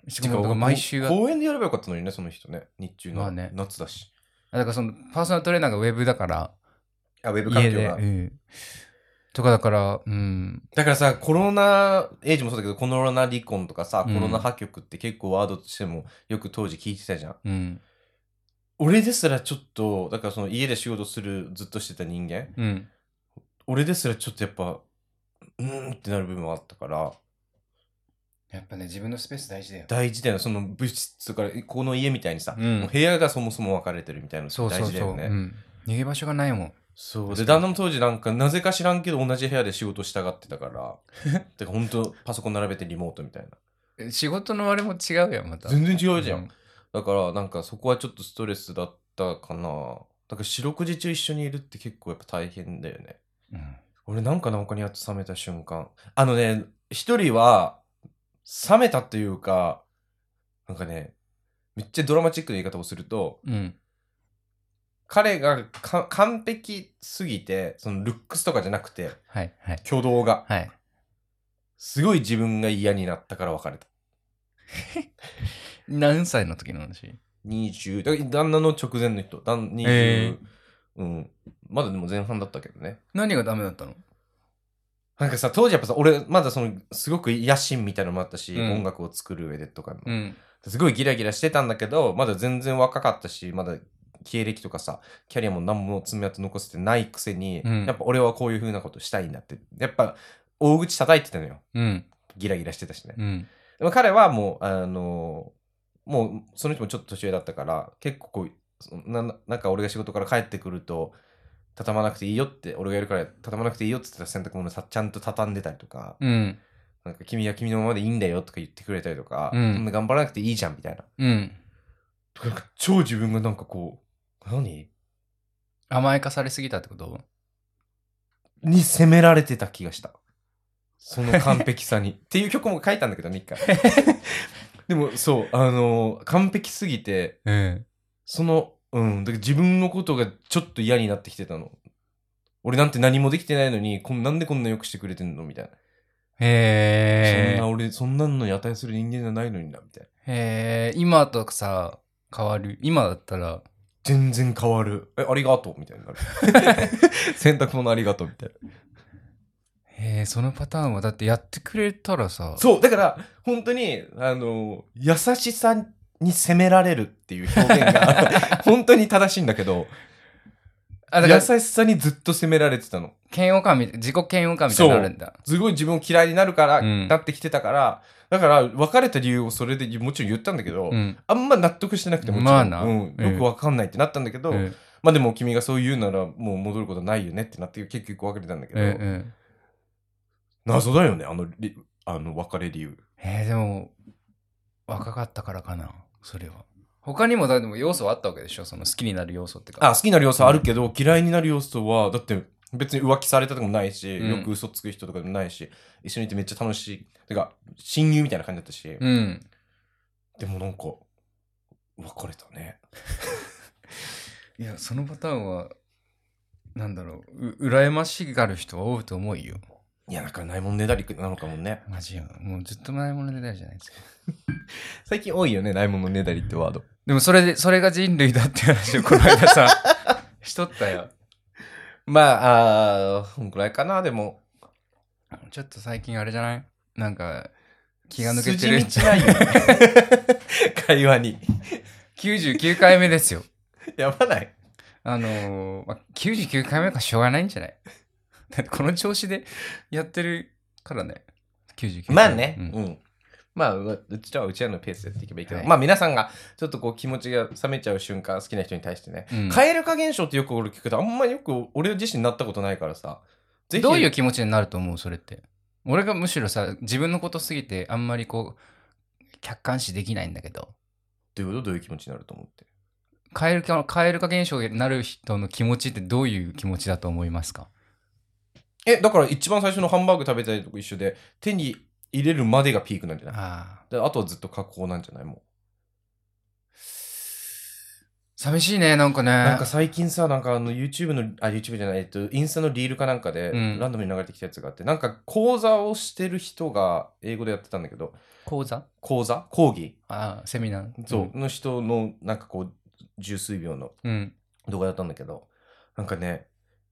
B: し
A: 時間
B: かも僕毎週やっ
A: 公園でやればよかったのにね、その人ね。日中の。
B: まあね
A: 夏だし。
B: だからそのパーソナルトレーナーがウェブだから、
A: あ、ウェブ環
B: 家
A: 境
B: で、
A: が。
B: うんとかだから、うん。
A: だからさ、コロナ、エイジもそうだけど、コロナ離婚とかさ、
B: うん
A: コロナ破局って結構ワードとしてもよく当時聞いてたじゃん。
B: うん。
A: 俺ですらちょっと、だからその家で仕事する、ずっとしてた人間、
B: うん。
A: 俺ですらちょっとやっぱ、うーんってなる部分はあったから、
B: やっぱね、自分のスペース大事だよ。
A: 大事だよね。その物質とか、この家みたいにさ、
B: うん
A: もう部屋がそもそも分かれてるみたいなのって
B: そう
A: 大
B: そう
A: 事だ
B: そう。
A: よ
B: う
A: ね。
B: ん。逃げ場所がないもん。
A: そう。で、旦那も当時なんか、なぜか知らんけど同じ部屋で仕事したがってたから、てか本当パソコン並べてリモートみたいな。
B: 仕事のあれも違うやん、また。
A: 全然違うじゃん。
B: うん
A: だからなんかそこはちょっとストレスだったかなだから四六時中一緒にいるって結構やっぱ大変だよね
B: うん
A: 俺なんかなんかにやっと冷めた瞬間あのね一人は冷めたというかなんかねめっちゃドラマチックな言い方をすると
B: うん
A: 彼がか完璧すぎてそのルックスとかじゃなくて
B: はいはい
A: 挙動が
B: はい
A: すごい自分が嫌になったから別れた
B: 何歳の時の話
A: 20だから旦那の直前の人旦20、
B: へー
A: うんまだでも前半だったけどね
B: 何がダメだったの
A: なんかさ当時やっぱさ俺まだそのすごく野心みたいなのもあったし、
B: うん
A: 音楽を作る上でとかの、
B: うん
A: すごいギラギラしてたんだけどまだ全然若かったしまだ経歴とかさキャリアも何も爪痕残せてないくせに、
B: うん
A: やっぱ俺はこういう風なことしたいんだってやっぱ大口叩いてたのよ
B: うん
A: ギラギラしてたしね、
B: うん
A: でも彼はもうあのもうその人もちょっと年上だったから結構こうそのななんか俺が仕事から帰ってくると畳まなくていいよって俺がいるから畳まなくていいよって言ってた洗濯物さちゃんと畳んでたりとか、
B: うん
A: なんか君は君のままでいいんだよとか言ってくれたりとか、
B: うん
A: そんな頑張らなくていいじゃんみたいな
B: うん
A: とかなんか超自分がなんかこう何
B: 甘やかされすぎたってこと
A: に責められてた気がしたその完璧さ
B: *laughs*
A: にっていう曲も書いたんだけどね一回でもそうあの完璧すぎて
B: うん
A: そのうんだから自分のことがちょっと嫌になってきてたの俺なんて何もできてないのにこんなんでこんなよくしてくれてんのみたいな、
B: へ
A: そんな
B: ー
A: 俺そんなのに値する人間じゃないのになみたいな
B: へー今とさ変わる今だったら
A: 全然変わるえありがとうみたいにな
B: *laughs*
A: る洗濯物ありがとうみたいな
B: へーそのパターンはだってやってくれたらさ
A: そう、だから、本当に、あの、優しさに責められるっていう表現
B: *laughs*
A: が、本当に正しいんだけど、
B: あだか
A: 優
B: ら
A: しさにずっと責められてたの。
B: 嫌悪感みたい自己嫌悪感みたいになのあるんだ
A: すごい自分を嫌いになるから、
B: うん
A: なってきてたから、だから、別れた理由をそれでもちろん言ったんだけど、
B: うん
A: あんま納得してなくてもちろん、
B: まあな
A: うん、
B: うん
A: よくわかんないってなったんだけど、
B: うん
A: まあでも君がそう言うならもう戻ることないよねってなって結局別れたんだけど、
B: うんうん
A: 謎だよねあのりあの別れ理由
B: えー、でも若かったからかなそれは他にもだでも要素はあったわけでしょその好きになる要素ってか
A: あ好きになる要素はあるけど、嫌いになる要素はだって別に浮気されたとかもないし、
B: うん
A: よく嘘つく人とかでもないし一緒にいてめっちゃ楽しいてか親友みたいな感じだったし、
B: うん
A: でもなんか別れたね
B: いやそのパターンはなんだろうう羨ましがる人は多いと思うよ
A: いやなんかないもんねだりなのかもね
B: マジよもうずっと前ものでないじゃないですか
A: 最近多いよねないものねだりってワード
B: でもそれでそれが人類だって話をこの間 *laughs* さしとったよ
A: まああーこんぐらいかなでも
B: ちょっと最近あれじゃないなんか気が抜けてる
A: 筋道ない *laughs*
B: *laughs*
A: よね会話に
B: 99回目ですよ
A: やばない
B: あのーまあ、99回目だからしょうがないんじゃない *laughs* だってこの調子でやってるからね。99回目
A: まあね、
B: う
A: うんん。まあ、ううちらはうちらのペースでやっていけばいいけど、
B: はい
A: まあ皆さんがちょっとこう気持ちが冷めちゃう瞬間、好きな人に対してね、
B: うん
A: 蛙化現象ってよく俺聞くと、あんまよく俺自身なったことないからさ、ぜひ、
B: どういう気持ちになると思うそれって。俺がむしろさ、自分のことすぎてあんまりこう、客観視できないんだけど、
A: どういうことどういう気持ちになると思って。
B: カエル化カエル化現象になる人の気持ちってどういう気持ちだと思いますか
A: え、だから一番最初のハンバーグ食べたりとか一緒で、手に入れるまでがピークなんじゃない
B: ああ。
A: であとはずっと加工なんじゃないも
B: 寂しいね、なんかね。
A: う。なんか最近さ、なんかあの YouTube の、あ、YouTube じゃない、えっと、インスタのリールかなんかで、
B: うん
A: ランダムに流れてきたやつがあって、なんか講座をしてる人が英語でやってたんだけど、
B: 講座
A: 講座講義
B: ああ、セミナー。
A: そう、の人のなんかこう十数秒の
B: うん。うん。
A: 動画だったんだけどなんかね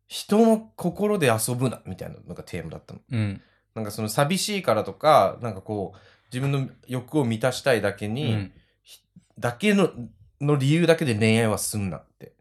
A: 人の心で遊ぶなみたいなのがテーマだったの
B: うん。
A: なんかその寂しいからとかなんかこう自分の欲を満たしたいだけ
B: う
A: に、
B: ん。
A: だけのの理由だけで恋愛はすんなって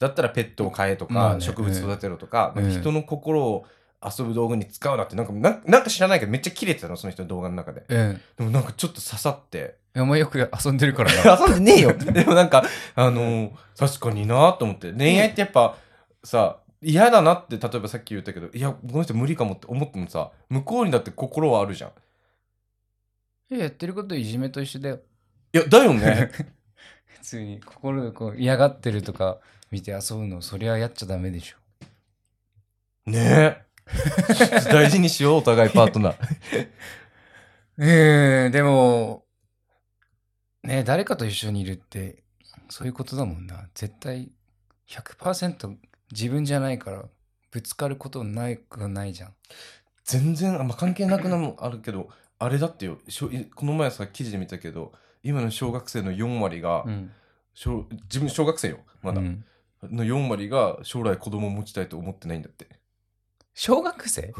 A: だったらペットを飼えとか、
B: まあね
A: 植物育てろとか,、
B: うん
A: なんか人の心を遊ぶ道具に使うなってなんかなんなんか知らないけどめっちゃキレてたのその人の動画の中で
B: うん。
A: でもなんかちょっと刺さって
B: お前よく遊んでるからな。
A: 遊んでねえよ *laughs* でもなんかあのー確かになと思って恋愛ってやっぱさ嫌だなって例えばさっき言ったけどいやこの人無理かもって思ってもさ向こうにだって心はあるじゃん
B: えやってることいじめと一緒だよ。
A: いや、だよ *laughs* ね。
B: *laughs* 普通に心でこう嫌がってるとか見て遊ぶのそりゃやっちゃダメでしょ
A: ねえ。ちょっと大事にしよう、お互いパートナー。
B: ええでもね誰かと一緒にいるってそういうことだもんな絶対100%自分じゃないからぶつかることないくはないじゃん
A: 全然、あまあ、関係なくなもあるけど、あれだってよ、しょこの前さ、記事で見たけど、今の小学生の4割が、
B: うん
A: 小自分小学生よ、まだ、
B: うん
A: の4割が将来子供を持ちたいと思ってないんだって。
B: 小学生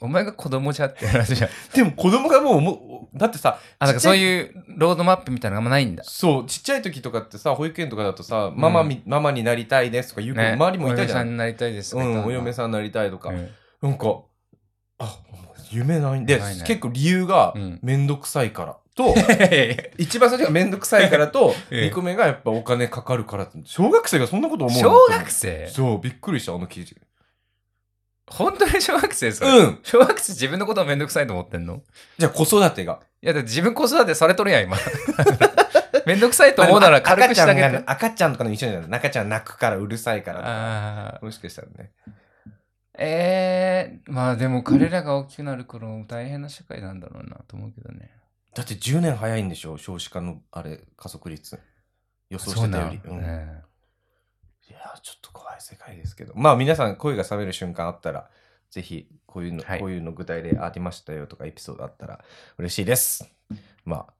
B: お前が子供じゃって話じゃん
A: でも子供がもうもう、だってさ、
B: *laughs* あだからそう
A: う。
B: いうロードマップみたいなのがあんまないんだ
A: そう、ちっちゃい時とかってさ、保育園とかだとさ、ママみ、ママになりたいですとか言う子、
B: ね
A: 周りもいたじ
B: お嫁
A: ゃ
B: さん
A: ん。
B: になりたいです
A: うん、お嫁
B: ん
A: さんになりたいとか。
B: うん
A: なんか、あ、夢ないんで、
B: ないね
A: 結構理由が
B: うん、
A: めんどくさいからと、 *laughs*
B: 笑
A: 一番最初がめんどくさいからと、
B: *laughs* ええ
A: 二個目がやっぱお金かかるからって小学生がそんなこと思うの
B: *laughs* 小学生
A: そう、びっくりした、あの記事。
B: 本当に小学生それ、
A: うん。
B: 小学生自分のことをめんどくさいと思ってんの
A: じゃあ子育てが。
B: いやだって自分子育てされとるやん今 *laughs* めんどくさいと思うなら軽くしてあげ
A: 赤ちゃん
B: て
A: が赤ちゃんとかの一緒じゃない赤ちゃん泣くからうるさいからとか。
B: あー
A: もしかしたらね。
B: えー、まあでも彼らが大きくなる頃大変な社会なんだろうなと思うけどね
A: だって10年早いんでしょ、少子化のあれ、加速率。予想してたより。
B: そうなん
A: うん
B: だね
A: いやーちょっと怖い世界ですけど。まあ皆さん声が覚める瞬間あったら、ぜひこういうの、
B: はい
A: こういうの具体例ありましたよとかエピソードあったら嬉しいです。まあ、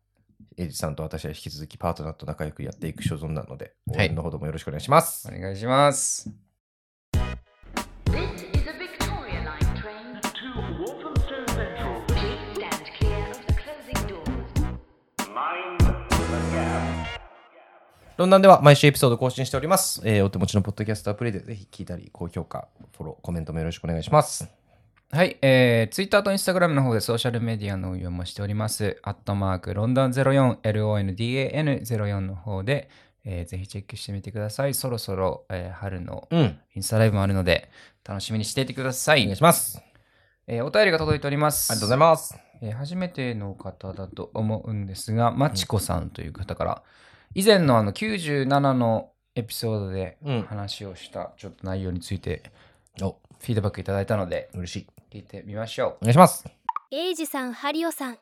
A: エイジさんと私は引き続きパートナーと仲良くやっていく所存なので、応
B: い
A: 援のほどもよろしくお願いします。
B: お願いします。
D: This is a Victoria Line train to Walthamstow Central. Please stand clear of the closing doors.
A: ロンダンでは毎週エピソード更新しております。えーお手持ちのポッドキャストアプリでぜひ聞いたり、高評価、フォロー、コメントもよろしくお願いします。
B: はい、えー、Twitter と Instagram の方でソーシャルメディアの運用もしております。アットマーク、ロンダン04、LONDAN04 の方で、えーぜひチェックしてみてください。そろそろ、えー春の
A: うん。
B: インスタライブもあるので、楽しみにしていてください。
A: お願いします。あ
B: えーお便りが届いております。
A: りがとうございます。
B: えー初めての方だと思うんですが、まちこさんという方から、以前のあの97のエピソードで
A: うん
B: 話をしたちょっと内容について
A: お、
B: フィードバックいただいたので、
A: 嬉しい。
B: 聞いてみましょ
A: お願いします。
E: エイジさん、ハリオさん。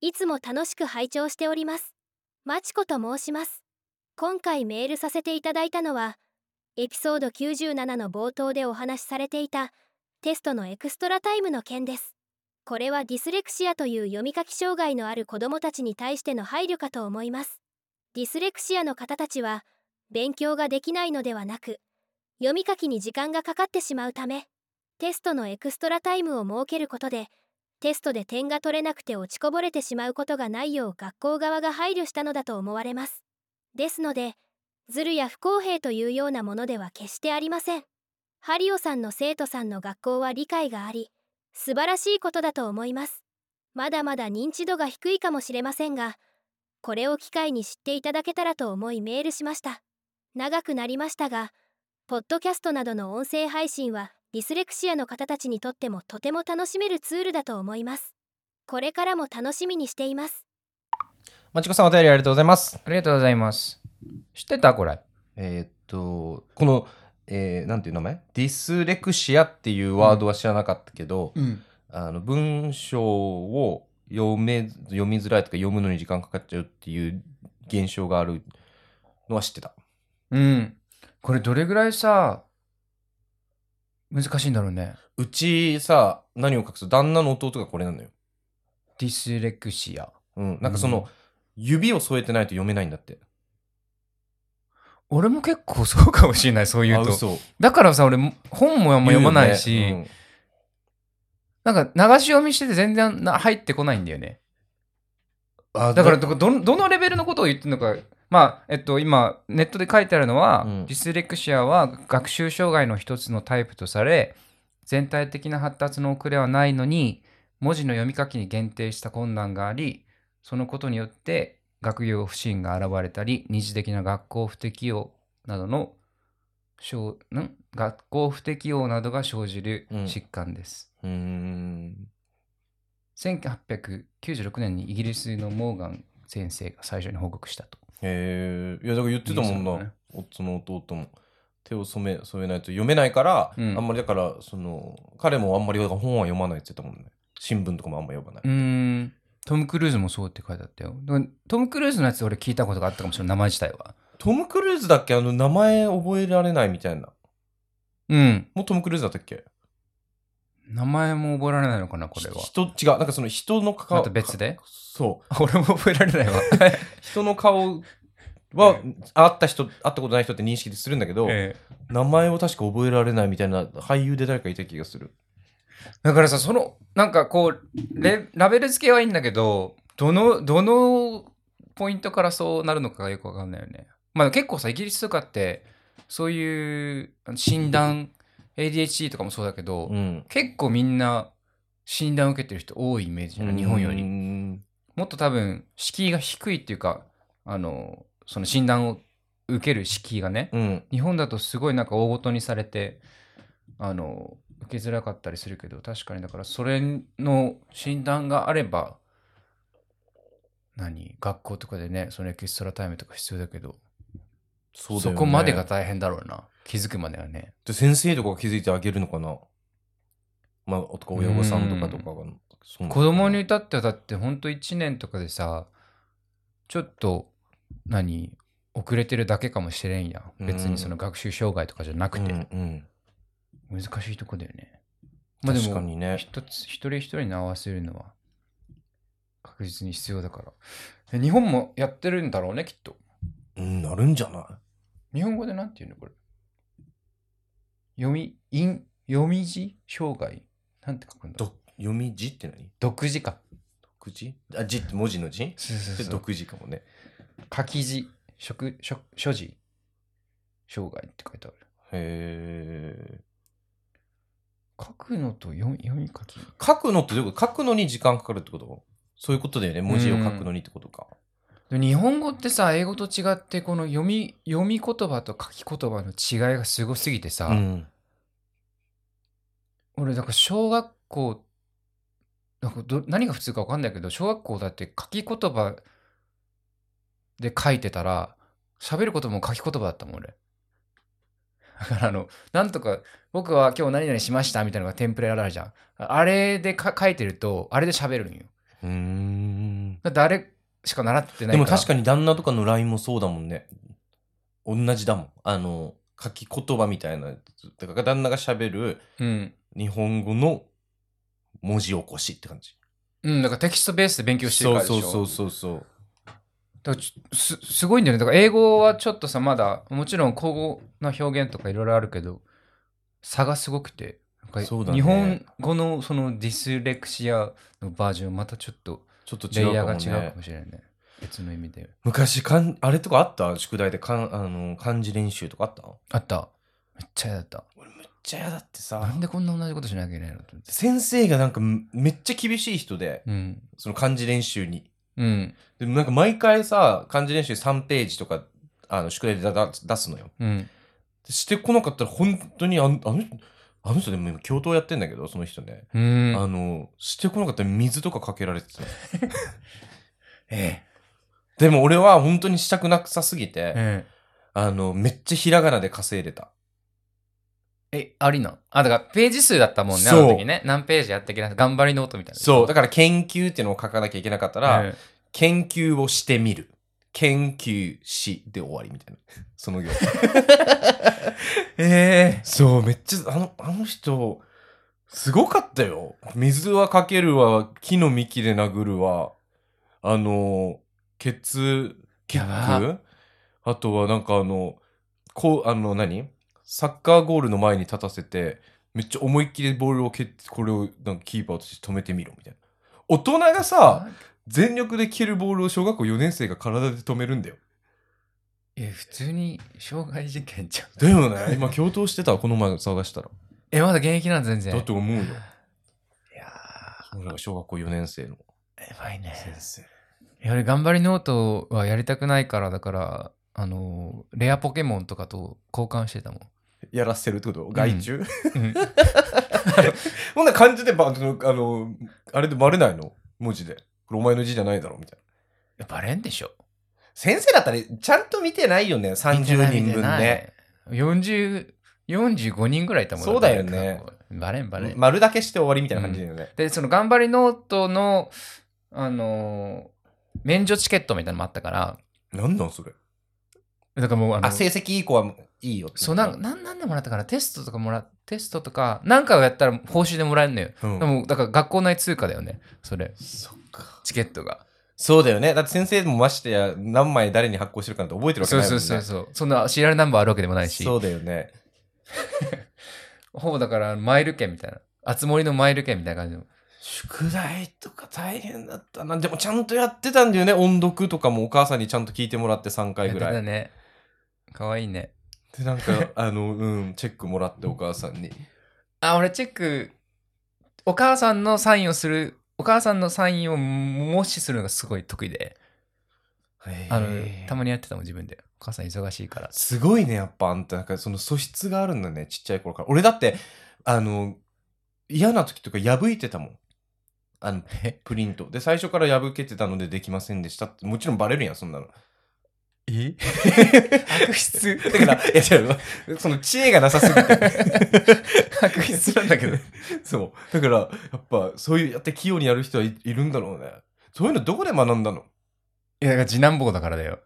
E: いつも楽しく拝聴しております。マチコと申します。今回メールさせていただいたのは、エピソード97の冒頭でお話しされていたテストのエクストラタイムの件です。これはディスレクシアという読み書き障害のある子どもたちに対しての配慮かと思います。ディスレクシアの方たちは、勉強ができないのではなく、読み書きに時間がかかってしまうため、テストのエクストラタイムを設けることで、テストで点が取れなくて落ちこぼれてしまうことがないよう学校側が配慮したのだと思われます。ですので、ズルや不公平というようなものでは決してありません。ハリオさんの生徒さんの学校は理解があり、素晴らしいことだと思います。まだまだ認知度が低いかもしれませんが、これを機会に知っていただけたらと思いメールしました。長くなりましたが、ポッドキャストなどの音声配信はディスレクシアの方たちにとってもとても楽しめるツールだと思います。これからも楽しみにしています。
A: まちこさんお便りありがとうございます
B: う。。ありがとうございます。知ってたこれ。
A: えーっと、この、えーなんていう名前ディスレクシアっていうワードは知らなかったけど、
B: うん。
A: あの文章を読め読みづらいとか読むのに時間かかっちゃうっていう現象があるのは知ってた。
B: これどれぐらいさ、難しいんだろうね。
A: うちさ、何を隠す旦那の弟がこれなのよ。
B: ディスレクシア。
A: うん。なんかその、指を添えてないと読めないんだって。
B: 俺も結構そうかもしれない、そういう
A: あ、
B: と。
A: 嘘。
B: だからさ、俺も本もあんま読まないし、
A: 言うよね
B: なんか流し読みしてて全然な入ってこないんだよね。
A: うんあ
B: だから
A: だ
B: ど、どのどのレベルのことを言ってるのか、まあ、えっと、今、ネットで書いてあるのは、
A: うん
B: ディスレクシアは学習障害の一つのタイプとされ、全体的な発達の遅れはないのに、文字の読み書きに限定した困難があり、そのことによって学業不振が現れたり、二次的な学校不適応などの小ん学校不適応などが生じる疾患です。
A: うーん。
B: 1896年にイギリスのモーガン先生が最初に報告したと。
A: へえいやだから言ってたもん
B: いいですよ
A: な
B: ね
A: おその弟も手を染め添えないと読めないから、
B: うん、
A: あんまりだからその彼もあんまり本は読まないって言ってたもんね新聞とかもあんま読まないう
B: ーん。トム・クルーズもそうって書いてあったよ。だからトム・クルーズのやつ俺聞いたことがあったかもしれない、名前自体は。
A: トム・クルーズだっけあの名前覚えられないみたいな
B: うん。
A: もうトム・クルーズだったっけ
B: 名前も覚えられないのかな、これは。
A: 人違うなんかその人の顔
B: また別で
A: かそう
B: 俺も覚えら
A: *laughs*
B: れないわ。
A: 人の顔
B: *laughs*
A: は会った人会ったことない人って認識するんだけど、
B: ええ
A: 名前を確か覚えられないみたいな俳優で誰かいた気がする
B: だからさ、その、なんかこう、レラベル付けはいいんだけど、どの、どのポイントからそうなるのかがよくわかんないよね。まあ結構さ、イギリスとかって、そういうあの診断、ADHD とかもそうだけど、
A: うん
B: 結構みんな診断を受けてる人多いイメージじゃない日本よ
A: う
B: り。
A: ん
B: もっと多分、敷居が低いっていうか、あの、その診断を受ける敷居がね、
A: うん
B: 日本だとすごいなんか大ごとにされて、あの、受けづらかったりするけど、確かにだから、それの診断があれば、何学校とかでね、そのエキストラタイムとか必要だけど、
A: そ
B: そう
A: だよね
B: こまでが大変だろうな。気づくまではね。
A: で先生とかが気づいてあげるのかなまあ男親御さんとかとかがそうなのかな
B: 子供に至ってはだってほんと1年とかでさちょっと何遅れてるだけかもしれんや
A: う
B: ん
A: ん
B: 別にその学習障害とかじゃなくて、
A: うんうん
B: 難しいとこだよねまあで
A: 確か
B: も
A: にね
B: 一つ一人一人に合わせるのは確実に必要だからで日本もやってるんだろうねきっと
A: うんなるんじゃな
B: 日本語でなんて言うのこれ読み印読み字障害なんて書くん
A: い
B: だ
A: ど読み字って何
B: 読字か
A: 独字あ字って文字の字
B: そうそう
A: で独字かもね
B: 書き字、食、食、所持、障害って書いてある。
A: へえ
B: 書くのと読み読み書き。
A: 書くのってどういうこと書くのに時間かかるってことそういうことだよね文字を書くのにってことか
B: で日本語ってさ、英語と違って、この読み、読み言葉と書き言葉の違いがすごすぎてさ、
A: うん
B: 俺、だから小学校、なんかど何が普通か分かんないけど、小学校だって書き言葉で書いてたら、喋ることも書き言葉だったもん、俺。だからあの、なんとか、僕は今日何々しましたみたいなのがテンプレあるじゃん。ああれでか書いてると、あれで喋るんよ。
A: うーん
B: だってあれしか習ってな
A: で
B: いから。
A: も確かに旦那とかの LINE もそうだもんね。同じだもん。あの、書き言葉みたいなやつ。だから旦那が喋る
B: に。うん。
A: 日本語の文字起こしって感じ。
B: うん、だからテキストベースで勉強してるからでしょ。
A: そうそうそうそう
B: だからちょすすごいんだよね。だから英語はちょっとさ、まだ、もちろん口語の表現とかいろいろあるけど、差がすごくて、なんか
A: そうだね
B: 日本語のそのディスレクシアのバージョン、またちょっと
A: ちょっと
B: レ
A: 違
B: イ
A: う
B: ヤ
A: か
B: ーが
A: も
B: 違う
A: ね
B: か。もしれないね。別の意味で。
A: 昔かん、あれとかあった宿題でかんあの漢字練習とかあった
B: あった。めっちゃ嫌だった。
A: じゃあやだって
B: な
A: さ
B: ん、でこんな同じことしなきゃいけないのと思って。
A: 先生がなんかめめっちゃ厳しい人で、
B: うん。
A: その漢字練習に。
B: うん。
A: でもなんか毎回さ、漢字練習3ページとか、あの宿題でだだ出すのよ。
B: うん。
A: してこなかったら本当にあのあのあの人でも今教頭やってんだけどその人ね、
B: うん。
A: あのしてこなかったら水とかかけられてた
B: *laughs* え
A: でも俺は本当にしたくなくさすぎ
B: え。
A: て、
B: え
A: あのめっちゃひらがなで稼いでた
B: え。え、ありなのあ、だからページ数だったもんね、あ
A: そう
B: の時ね。何ページやってきなさい頑張りノートみたいな。
A: そうだ
B: だ
A: から研究っていうのを書かなきゃいけなかったら、研究をしてみる研究しで終わりみたいなその行
B: ええ。
A: そうめっちゃあのあの人すごかったよ水はかけるわ木の幹で殴るわあのケツキッ
B: や
A: クあとはなんかあのこうあの何サッカーゴールの前に立たせてめっちゃ思いっきりボールを蹴ってこれをなんかキーパーとして止めてみろみたいな大人がさ全力で蹴るボールを小学校4年生が体で止めるんだよ
B: え普通に障害事件じゃん。
A: だよね今共闘してたこの前探したら
B: え、まだ現役なん全然。
A: だと思うよ
B: いや
A: 俺が小学校4年生の
B: ー、やばいね。
A: 先生
B: いや、俺、頑張りノートはやりたくないから、だから、あのー、レアポケモンとかと交換してたもん。
A: やらせるってこと害虫、 *laughs*
B: うん
A: ほんな感じでばあのあのあれでバレないの文字でこれお前の字じゃないだろみたい
B: や *laughs* バレんでしょ。
A: 先生だったらちゃんと見てないよね30人分ね。
B: 40、45人ぐらいいたもん
A: そうだよね。
B: 過去バレんバレん。
A: 丸だけして終わりみたいな感じだよね、
B: で、その頑張りノートの、あのー免除チケットみたいなのもあったから、
A: なんなんそれ
B: だからもう、あの、
A: あ成績いい子はいいよって
B: そう、なん、なん、なんでもらったかなテストとかもら、テストとか、なんかをやったら報酬でもらえるのよ。
A: うん
B: でも、だから学校内通貨だよね。それ、
A: そっか
B: チケットが。
A: そうだよねだって先生もましてや何枚誰に発行してるかなんて覚えてるわけ
B: そ
A: な
B: う
A: いもん
B: そ
A: ね
B: うそうそう。そんなシリアルナンバーあるわけでもないし。
A: そうだよね
B: ほぼだから、マイル券みたいな。熱盛のマイル券みたいな感じの。
A: 宿題とか大変だったなでもちゃんとやってたんだよね音読とかもお母さんにちゃんと聞いてもらって3回ぐらい
B: やってたね。かわいいね。
A: でなんか *laughs* あのうんチェックもらってお母さんに
B: あ、俺チェック、お母さんのサインをする、お母さんのサインを無視するのがすごい得意で。あの、たまにやってたもん、自分で。お母さん忙しい
A: *laughs*
B: から。
A: すごいねやっぱあんたなんかその素質があるんだねちっちゃい頃から俺だってあの嫌な時とか破いてたもんあの
B: *laughs* え
A: プリントで最初から破けてたのでできませんでしたってもちろんバレるやんそんなの
B: え悪質。
A: だからいや
B: *laughs*
A: 違うその知恵がなさすぎて
B: 悪質なんだ *laughs* けど。
A: そうだからやっぱそういうやって器用にやる人はい、いるんだろうねそういうのどこで学んだの
B: いや、だから次男坊だからだよ。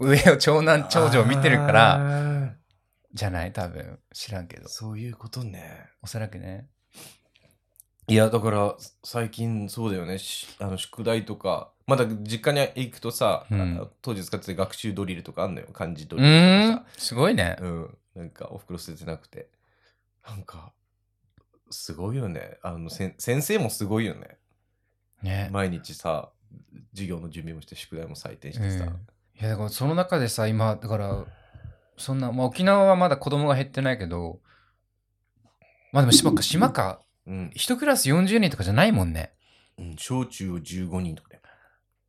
B: 上を長男、長女を見てるから、
A: ら
B: じゃない多分。知らんけど。
A: そういうことね
B: おそらくね。
A: いやだから最近そうだよねしあの宿題とかまだ実家に行くとさ、
B: うん
A: あの当時使ってた学習ドリルとかあんのよ漢字ド
B: う
A: リル
B: ー
A: と
B: ん。すごいね
A: かさ。うん、なんかおふくろ捨ててなくてなんかすごいよねあのせん先生もすごいよね
B: ね。
A: 毎日さ授業の準備もして宿題も採点し
B: うん
A: てさ、
B: いや、だからその中でさ、今、だから、そんな、まあ沖縄はまだ子供が減ってないけど、まあでも島か、島か、
A: うん
B: 一クラス40人とかじゃないもんね。
A: うん小中を15人とかね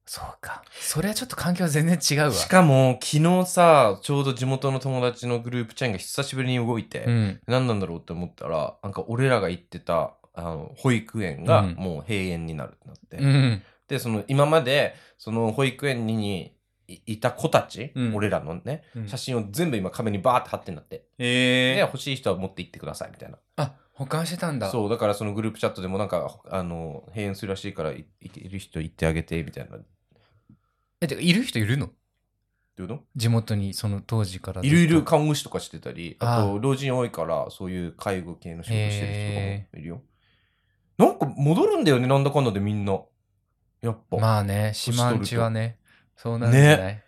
B: そうか。それはちょっと環境は全然違うわ。
A: しかも昨日さちょうど地元の友達のグループチャインが久しぶりに動いて、
B: うん。
A: 何なんだろうって思ったらなんか俺らが行ってたあの保育園が
B: うん
A: もう閉園になるってなって、
B: うん。
A: でその今までその保育園にいいた子たち、
B: うん
A: 俺らのね
B: うん
A: 写真を全部今壁にバーって貼ってんだって、
B: え
A: で欲しい人は持って行ってくださいみたいな
B: あ、保管してたんだ。
A: そうだからそのグループチャットでもなんかあの閉園するらしいからいいける人行ってあげてみたいなど
B: え、てかいる人いるの
A: ういうの
B: 地元に、その当時からずっ
A: い
B: と。
A: ろいろ看護師とかしてたり
B: あ
A: あ
B: あ
A: と老人多いからそういう介護系の仕事してる人とか
B: へ
A: もいるよ、なんか戻るんだよねなんだかんだでみんなやっぱ、
B: まあね、島んちはね、そうなんじゃない、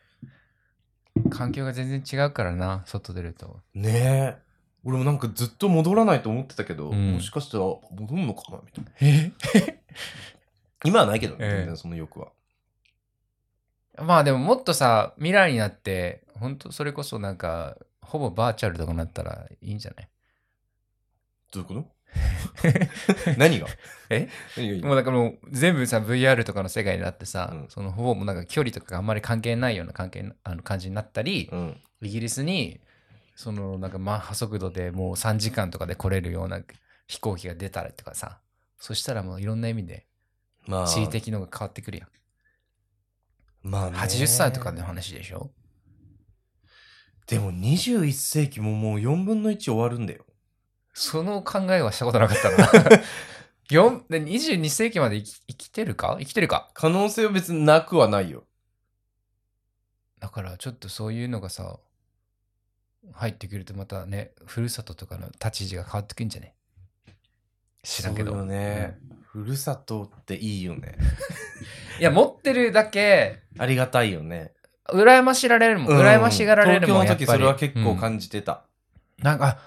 B: 環境が全然違うからな、外出ると。
A: ねえ俺もなんかずっと戻らないと思ってたけど、
B: うん
A: もしかしたら戻るのかなみたいな
B: え
A: *laughs* 今はないけどね
B: ええ
A: 全然その欲は、
B: まあでももっとさ、未来になって、本当それこそなんか、ほぼバーチャルとかなったらいいんじゃない
A: どういうこと
B: *laughs*
A: 何が
B: え
A: 何がいい
B: もうだからもう全部さ、VR とかの世界になってさ、
A: うん
B: そのほぼもうなんか距離とかがあんまり関係ないような関係なあの感じになったり、
A: うん
B: イギリスに、そのなんかマンハ速度でもう3時間とかで来れるような飛行機が出たらとかさ、そしたらもういろんな意味で
A: まあ
B: 地理的のが変わってくるやん。
A: まあね
B: 80歳とかの話でしょ
A: でも21世紀ももう4分の1終わるんだよ
B: その考えはしたことなかった
A: *laughs*
B: な。4で22世紀まで生き生きてるか生きてるか。
A: 可能性は別になくはないよ
B: だからちょっとそういうのがさ、入ってくるとまたね、ふるさととかの立ち位置が変わってくるんじゃね知らんけど。
A: そうよね、ふるさとっていいよね
B: うんいや、持ってるだけ、
A: ありがたいよね
B: 羨ましられるもん。羨ましがられるもん。
A: うん東京の時それは結構
B: じ、
A: 感じてた
B: うんなんか、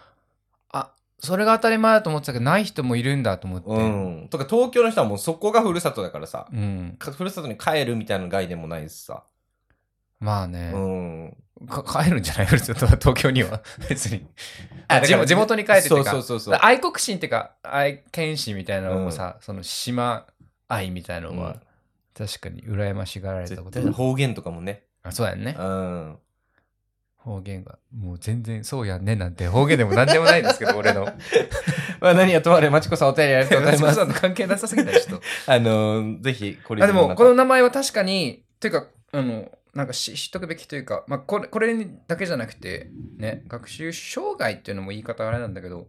B: ああ、それが当たり前だと思ってたけど、ない人もいるんだと思って。
A: うん、とか東京の人はもうそこがふるさとだからさ
B: うん
A: かふるさとに帰るみたいな概念もないしさ、
B: まあね。
A: うん、
B: か帰るんじゃない *laughs* ふるさとは東京には別にあ
A: だ
B: 地
A: から
B: 元地元に帰ってって
A: そう
B: か
A: そうそうそう
B: 愛国心っていうか愛犬心みたいなのもさ、その島愛みたいなのは、確かに羨ましがられたこ
A: 絶対
B: と
A: 方言とかもね、
B: あそうやんね
A: うん、
B: 方言がもう全然そうやんねなんて方言でも何でもないんですけど
A: *laughs*
B: 俺の
A: *laughs* まあ何はともあれまちこさんお便りありが *laughs* とうございま
B: *laughs* 松
A: す
B: 本さんと関係なさすぎないちょっと
A: あのーぜひこれ
B: あでもこの名前は確かにていうか、あの、なんかし知っとくべきというか、まあ、これ、これだけじゃなくて、ね、学習障害っていうのも言い方あれなんだけど、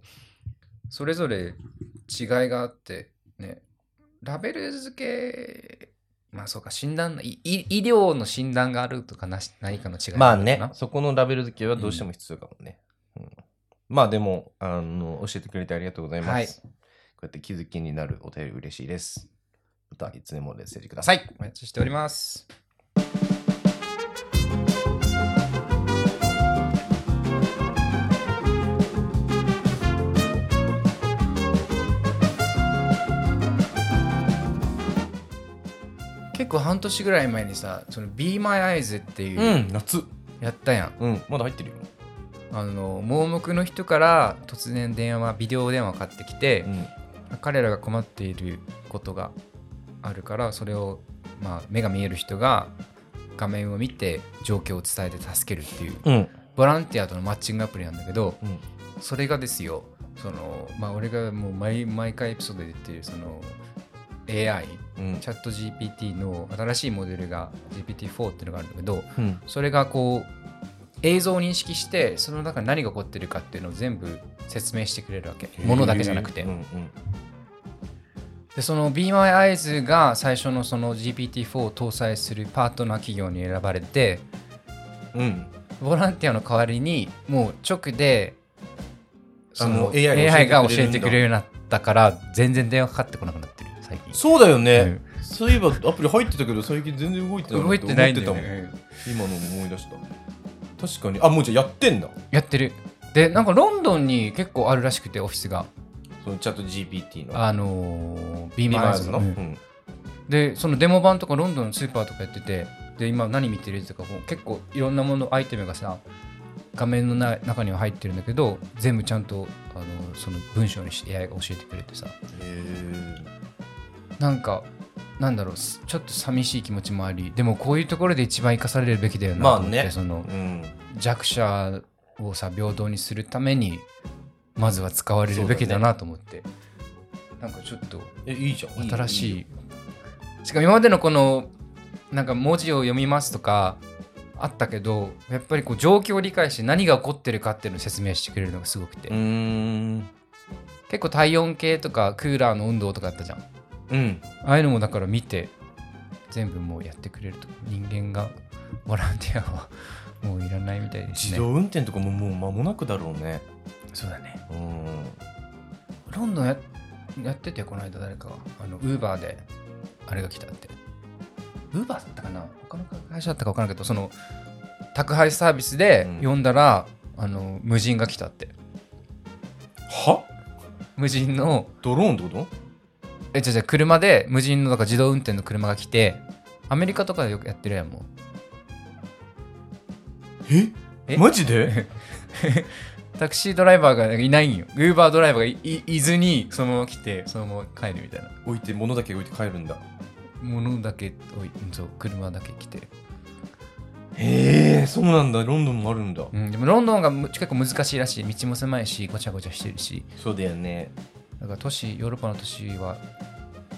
B: それぞれ違いがあって、ね、ラベル付け、まあそうか、診断、いい医療の診断があるとかなし、何かの違い
A: ま
B: が
A: あ
B: るのかな
A: ね、そこのラベル付けはどうしても必要かもね。うんまあでもあの、教えてくれてありがとうございます。
B: はい
A: こうやって気づきになるお便り嬉しいです。またいつでもメッセージください。
B: お待ちしております。結構半年ぐらい前にさ「その Be My Eyes」っていう、
A: うん、夏。
B: やったやん
A: うん、まだ入ってるよ。
B: あの盲目の人から突然電話ビデオ電話買ってきて、
A: うん、
B: 彼らが困っていることがあるからそれを、まあ、目が見える人が画面を見て状況を伝えて助けるっていう
A: うん、
B: ボランティアとのマッチングアプリなんだけど
A: うん、
B: それがですよその、まあ、俺がもう毎毎回エピソードで言ってるその AI
A: うん
B: チャット GPT の新しいモデルが GPT-4 っていうのがあるんだけど
A: うん、
B: それがこう映像を認識してその中に何が起こってるかっていうのを全部説明してくれるわけものだけじゃなくて。
A: うん、うん、
B: でその Be My Eyes が最初のその GPT-4 を搭載するパートナー企業に選ばれて
A: うん、
B: ボランティアの代わりにもう直でその
A: あの
B: AI,
A: AI
B: が
A: が
B: 教
A: 教
B: え
A: え
B: て
A: て
B: く
A: く
B: れる
A: れ
B: ようになったから全然電話かかってこなくなってる最近
A: そうだよ
B: う
A: ね
B: ん。
A: そういえばアプリ入ってたけど最近全然動いてないな
B: 動いてないんだ
A: 思
B: よ
A: ってたもん。
B: ね
A: 今の思い出した。確かに。あ、もうじゃあやってんだ。
B: やってるでなんかロンドンに結構あるらしくてオフィスが
A: そのチャット GPT の。
B: あのー、Be
A: 今
B: My
A: や
B: Eyes
A: つ
B: の、
A: の。
B: う
A: うんん。
B: でそのデモ版とかロンドンのスーパーとかやっててで今何見てるとかもう結構いろんなものアイテムがさ画面のな中には入ってるんだけど全部ちゃんとあのその文章にして AI が教えてくれてさ
A: へー
B: なんかなんだろうすちょっと寂しい気持ちもありでもこういうところで一番生かされるべきだよなと
A: まあ
B: 思って、
A: ね
B: その
A: うん。
B: 弱者をさ平等にするためにまずは使われるべきだなと思って、なんかちょっと
A: え、いいじゃん。
B: 新しい
A: いよ。
B: しかも今までのこのなんか文字を読みますとかあったけどやっぱりこう状況を理解して何が起こってるかっていうのを説明してくれるのがすごくて、
A: うーん。
B: 結構体温計とかクーラーの温度とかあったじゃんあ
A: うん。
B: あいうのもだから見て全部もうやってくれると人間がボランティアはもういらないみたいです
A: 自
B: ね
A: 動運転とかももう間もなくだろうね。
B: そうだね
A: うん。
B: ロンドンややっててこの間誰かがあのウーバーであれが来たってウーバーだったかな他の会社だったか分からんけどその宅配サービスで
A: うん
B: 呼んだら、あの無人が来たって
A: は
B: 無人の
A: ドローンってこと
B: えじゃじゃ車で無人のだから自動運転の車が来てアメリカとかでよくやってるやんもう
A: え
B: え
A: マジで *laughs*
B: タクシードライバーがいないんよウーバードライバーがいいいずにそのまま来てそのまま帰るみたいな
A: 置いて、物だけ置いて帰るんだ。
B: 物だけ置いそう車だけ来て
A: へえ、そうなんだ。ロンドンもあるんだ。
B: うん、でもロンドンがむ結構難しいらしい道も狭いしごちゃごちゃしてるし
A: そうだよね。
B: だから都市ヨーロッパの都市は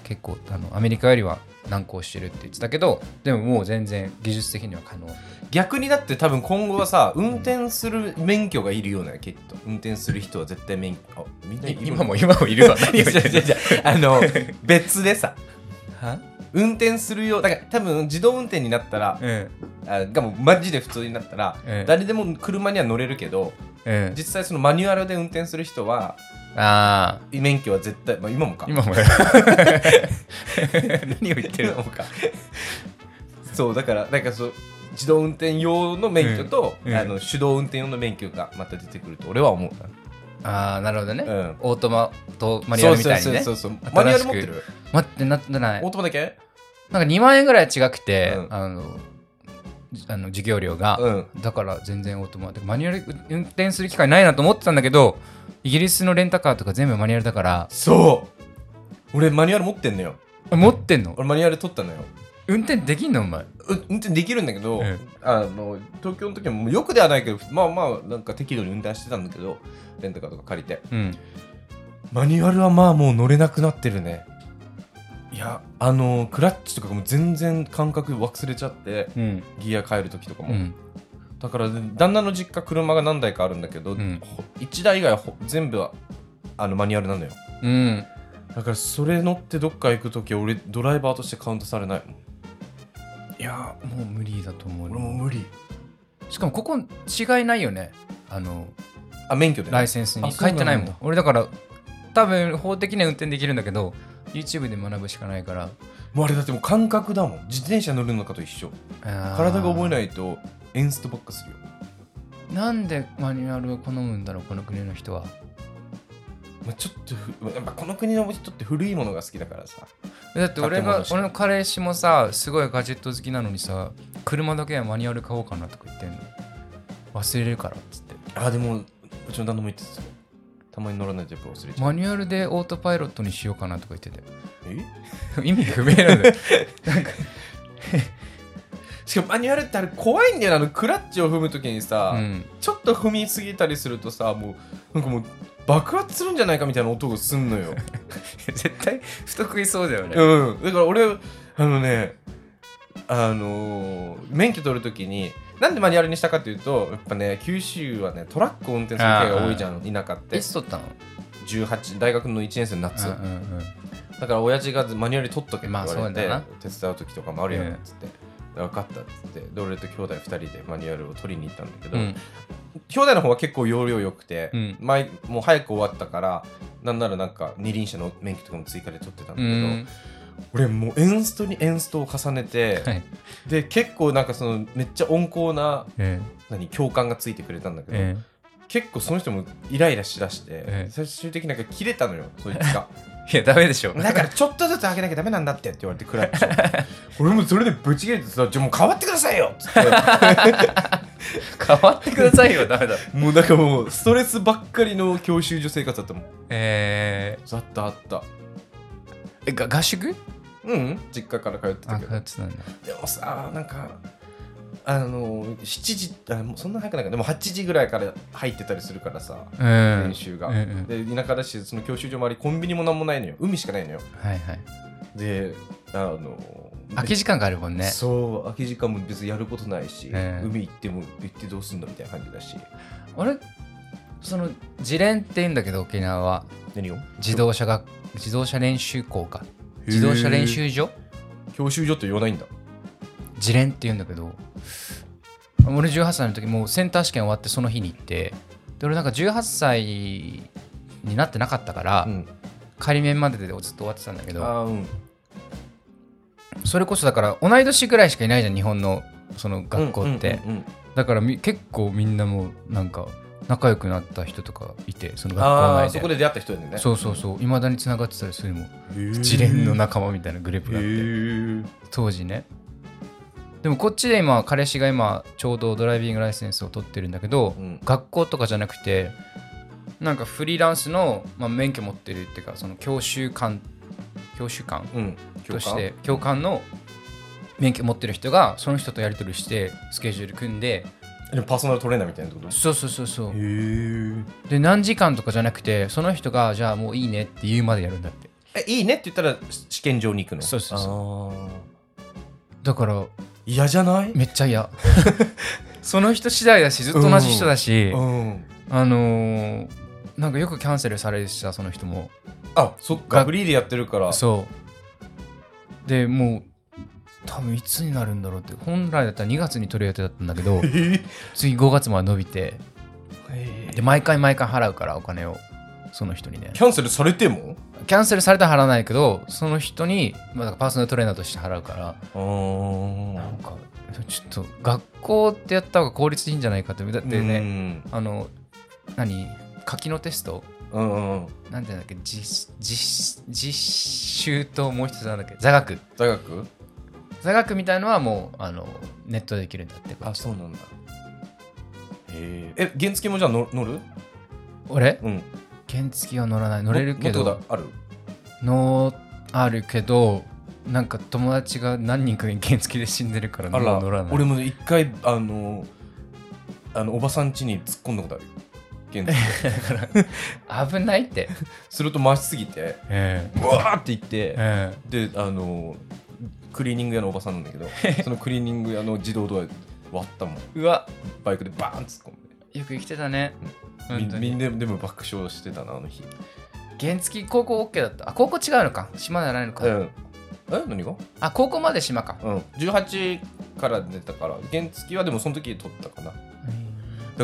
B: 結構あのアメリカよりは難航してるって言ってたけどでももう全然技術的には可能
A: 逆にだって多分今後はさ運転する免許がいるようなきっと運転する人は絶対免許あみんないる
B: 今も今もいるわ
A: いや違う違う違うあの別でさ
B: *laughs* は、
A: 運転するようだから多分自動運転になったら
B: うん
A: あがもうマジで普通になったら、
B: ええ
A: 誰でも車には乗れるけど
B: うん、
A: 実際そのマニュアルで運転する人は
B: ああ
A: 免許は絶対、まあ、今もか
B: 今も何を言ってる
A: 今
B: の
A: もか *laughs* そうだからなんかそう自動運転用の免許と、
B: うんうん
A: あの手動運転用の免許がまた出てくると俺は思うな
B: ああなるほどね、
A: うん
B: オートマとマニュアルみたいにね
A: そうそうそうそう
B: 新しく
A: マニュアル持ってる
B: 待ってなってない
A: オートマだけ
B: なんか2万円ぐらい違くて、
A: うん
B: あのじあの授業料が、
A: うん
B: だから全然オートマでマニュアル運転する機会ないなと思ってたんだけどイギリスのレンタカーとか全部マニュアルだから
A: そう俺マニュアル持ってんのよ
B: あ持ってんの
A: 俺マニュアル取ったのよ
B: 運転できんのお前
A: う運転できるんだけど、
B: え
A: あの東京の時もよくではないけどまあまあなんか適度に運転してたんだけどレンタカーとか借りて
B: うん
A: マニュアルはまあもう乗れなくなってるね
B: いや、
A: あのクラッチとかも全然感覚忘れちゃって
B: うん。
A: ギア変える時とか
B: う
A: も、
B: ん。
A: だから旦那の実家車が何台かあるんだけど、
B: うん
A: ほ1台以外はほ全部はあのマニュアルなのよ
B: うん。
A: だからそれ乗ってどっか行く時俺ドライバーとしてカウントされないもん
B: いや、もう無理だと思う。
A: 理
B: しかもここ違いないよね。あの、
A: あ免許でね、
B: ライセンスに
A: あ
B: 書いてないも
A: そうなん
B: ん
A: だ
B: 俺だから多分法的には運転できるんだけど YouTube で学ぶしかないから
A: もうあれだってもう感覚だもん自転車乗るのかと一緒体
B: 体
A: が覚えないいとエンストばっかするよ
B: なんでマニュアルを好むんだろうこの国の人は
A: まあ、ちょっとふやっぱこの国の人って古いものが好きだからさ
B: だって俺
A: 建物
B: が
A: だし
B: 俺の彼氏もさすごいガジェット好きなのにさ車だけはマニュアル買おうかなとか言ってんの忘れるからっつって
A: あでもうちの旦那も言ってたそれたまに乗らないとやっぱ忘れちゃう、
B: マニュアルでオートパイロットにしようかなとか言ってて
A: え
B: *laughs* 意味不明なんだよ
A: しかもマニュアルってあれ怖いんだよなあのクラッチを踏むときにさ、
B: *laughs* うん
A: ちょっと踏みすぎたりするとさもうなんかもう爆発するんじゃないかみたいな音がすんのよ
B: 絶対不得意そうだよね
A: うんだから俺あのねあのー免許取るときになんでマニュアルにしたかっていうとやっぱね九州はねトラックを運転する機会が多いじゃん田舎って
B: いつ取ったの
A: 18大学の1年生の夏、
B: うんうんうん
A: だから親父がマニュアル取っとけって言われて、
B: まあそうだよな
A: 手伝う時とかもあるよ
B: ええ
A: っつって、分かったっつってで俺と兄弟2人でマニュアルを取りに行ったんだけど、
B: うん
A: 兄弟の方は結構容量良くて、
B: うん
A: 前もう早く終わったからなんならなんか二輪車の免許とかも追加で取ってたんだ
B: う
A: けど、
B: ん
A: 俺もうエンストにエンストを重ねて、
B: はい
A: で結構なんかそのめっちゃ温厚な
B: え
A: 何教官がついてくれたんだけ
B: え
A: ど、
B: ええ
A: 結構その人もイライラしだして、
B: ええ
A: 最終的になんか切れたのよそいつ *laughs* が。
B: いや、ダメでしょ。
A: だからちょっとずつ上げなきゃダメなんだってって言われてクラッ *laughs* チを俺もそれでぶち切れてさ「じゃあもう変わってくださいよ」っつって
B: 変わってください *laughs* よ、ダメだ。
A: *laughs* もうなんかもうストレスばっかりの教習所生活だったもん
B: え
A: あったあった
B: ー、えが合宿
A: うん実家から通ってた
B: あ、
A: け
B: 通っ
A: ど
B: てたんだ。
A: でもさなんかあの7時あもうそんな早くないかでも8時ぐらいから入ってたりするからさ
B: うん。
A: 練習が、
B: うんうん
A: で田舎だしその教習所周りコンビニもなんもないのよ海しかないのよ
B: はいはい。
A: であの
B: 空き時間があるもんね。
A: そう空き時間も別にやることないし、
B: ええ
A: 海行っても行ってどうすんだみたいな感じだし
B: あれその、自練って言うんだけど、沖縄は。
A: 何を
B: 自動車が、自動車練習校か。自動車練習場
A: 教習所って言わないんだ
B: 自練って言うんだけど、俺18歳の時、もうセンター試験終わってその日に行って、で、俺なんか18歳になってなかったから、
A: うん
B: 仮免まででずっと終わってたんだけど、
A: あーうん
B: それこそだから同い年ぐらいしかいないじゃん日本のその学校って、
A: うんうんうんうん
B: だからみ結構みんなもうなんか仲良くなった人とかいてその学校
A: ああ
B: 内
A: そ
B: で
A: こで出会った人だよね
B: そうそうそういまだにつながってたりするもん
A: へー
B: 一連の仲間みたいなグループ
A: へ
B: があって
A: ー
B: 当時ねでもこっちで今彼氏が今ちょうどドライビングライセンスを取ってるんだけど、
A: うん
B: 学校とかじゃなくてなんかフリーランスの、まあ、免許持ってるっていうかその教習官教習官
A: うん教
B: とし
A: 官
B: て教官の免許持ってる人がその人とやり取りしてスケジュール組んで
A: でもパーソナルトレーナーみたいなことへ
B: そうそうそうそう
A: ー
B: で何時間とかじゃなくてその人がじゃあもういいねって言うまでやるんだって
A: えいいねって言ったら試験場に行くの
B: そうそうそう
A: そう
B: だから
A: 嫌じゃない
B: めっちゃ嫌 *laughs* その人次第だしずっと同じ人だし、
A: うん
B: あのーなんかよくキャンセルされてたその人も
A: あそっか
B: が
A: フリーでやってるから
B: そうでもう多分いつになるんだろうって本来だったら2月に取る予定だったんだ
A: *laughs*
B: けど次5月まで伸びて
A: へー
B: で毎回毎回払うからお金をその人にね
A: キャンセルされても
B: キャンセルされたら払わないけどその人に、まあ、だからパーソナルトレーナーとして払うから
A: あー
B: なんかちょっと学校ってやった方が効率いいんじゃないかってだってね、あの何書きのテスト
A: うんうんうん
B: なんていうんだっけ実実実習ともう一つなんだっけ座学
A: 大学
B: 座学みたいのはもうあのネットでできるんだって
A: あそうなんだへえ原付もじゃあ乗乗る
B: 俺
A: うん
B: 原付は乗らない乗れるけ
A: ももっ
B: ど
A: とことある
B: のあるけどなんか友達が何人かに原付で死んでるから
A: あ
B: も
A: ら
B: う乗らない
A: 俺も一回あのあのおばさん家に突っ込んだことあるけんです
B: *laughs*
A: よ
B: ら危ない
A: *laughs*
B: って。
A: すると回しすぎて
B: え
A: うわーっていって
B: ええ
A: であのクリーニング屋のおばさんなんだけ
B: *laughs*
A: どそのクリーニング屋の自動ドア割ったもん
B: えうわ
A: バイクでバーン突っ込んで
B: よく生きてたね。
A: み
B: 本当
A: み
B: に
A: んなでも爆笑してたなあの日
B: 原付高校 OK だった。あ高校違うのか島じゃないのか。
A: うんえ何が
B: あ高校まで島か。
A: うん18から出たから原付はでもその時取ったかなだ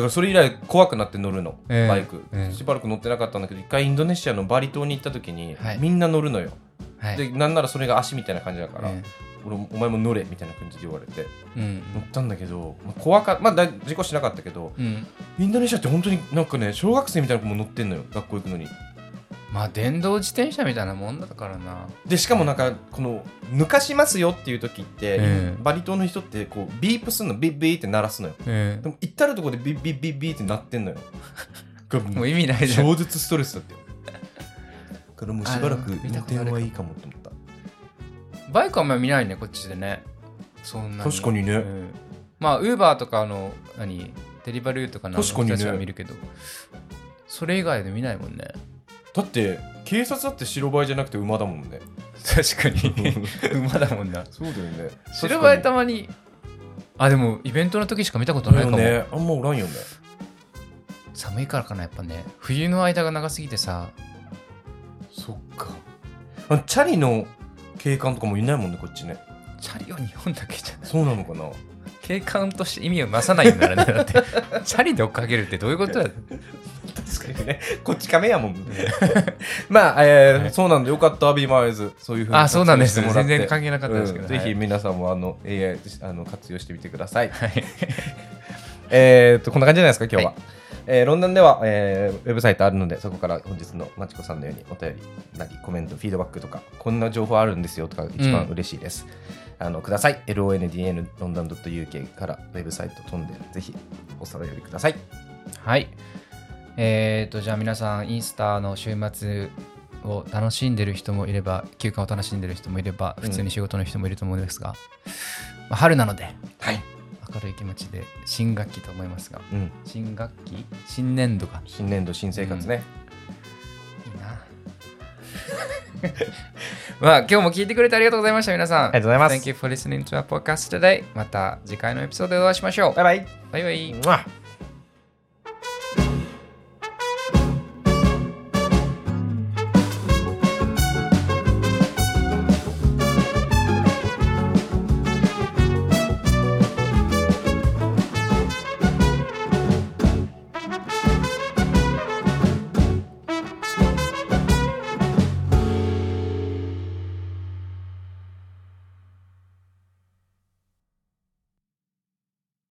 A: からそれ以来怖くなって乗るの、
B: ええ
A: バイク、
B: ええ
A: しばらく乗ってなかったんだけど一回インドネシアのバリ島に行った時に、
B: はい
A: みんな乗るのよ、
B: はい。
A: でなんならそれが足みたいな感じだから、
B: え
A: 俺お前も乗れみたいな感じで言われて
B: えうん
A: 乗ったんだけど、まあ怖かまあだ事故しなかったけど
B: うん。
A: インドネシアって本当になんかね小学生みたいな子も乗ってんのよ学校行くのに
B: まあ電動自転車みたいなもんだからな。
A: でしかもなんかこの抜かしますよっていう時って、
B: ええ
A: バリ島の人ってこうビープすんのビッビーって鳴らすのよ
B: え
A: でも至るとこでビッビッビッビーって鳴ってんの
B: *laughs*
A: よが
B: えもう意味ないじゃん。
A: 超絶ストレスだってだからもうしばらく
B: あでも
A: 運
B: 見たこと
A: 転
B: あるかも
A: はいいかもと思った
B: バイクはあんまり見ないねこっちでね。そんな
A: 確かにね
B: うんまあウーバーとかあの何デリバルーとかのあの
A: 確かにね
B: 人たちは見るけど、それ以外で見ないもんね。
A: だって警察だって白バイじゃなくて馬だもんね
B: 確かに馬だもんな
A: *laughs* そうだよね
B: 白バイ
A: 確
B: たまにあでもイベントの時しか見たこと
A: かに
B: ないかも、
A: だよねあんまおらんよね
B: 寒いからかなやっぱね冬の間が長すぎてさ
A: そっかあチャリの警官とかもいないもんねこっちね
B: チャリは日本だけじゃない
A: そうなのかな
B: 景観として意味をなさないんだからねだって *laughs* チャリで追っかけるってどういうことだ
A: 確かにね *laughs* こっち亀や
B: *laughs*
A: もんねまあ、えー
B: はい
A: そうなんでよかったアビーマイズそういうふうに
B: あそうなんです
A: 活用してもらっ
B: 全
A: て
B: 然関係なかったですけど、
A: うんぜ
B: は
A: ひ
B: い
A: 皆さんもあの AI あの活用してみてください
B: はい
A: えー、とこんな感じじゃないですか、今日は。
B: は
A: えーロンダンでは、えーウェブサイトあるので、そこから本日のまちこさんのようにお便りなり、コメント、フィードバックとか、こんな情報あるんですよとか、一番
B: うん
A: 嬉しいです。あのください。londn ロンダン .uk からウェブサイト飛んで、ぜひおさらいよりください。
B: はい。えー、と、じゃあ皆さん、インスタの週末を楽しんでる人もいれば、休暇を楽しんでる人もいれば、
A: ん
B: 普通に仕事の人もいると思うんですが、まあ、春なので、
A: はい。
B: 明るい気持ちで、新学期と思いますが、
A: うん、
B: 新学期新年度がい
A: 新年度、新生活ね。
B: い *laughs* な。まあ、今日も聞いてくれてありがとうございました、皆さん。
A: ありがとうございます
B: Thank you for listening to our podcast today. また次回のエピソードでお会いしましょう。
A: バイバイ。
B: バイバイ。
A: うわ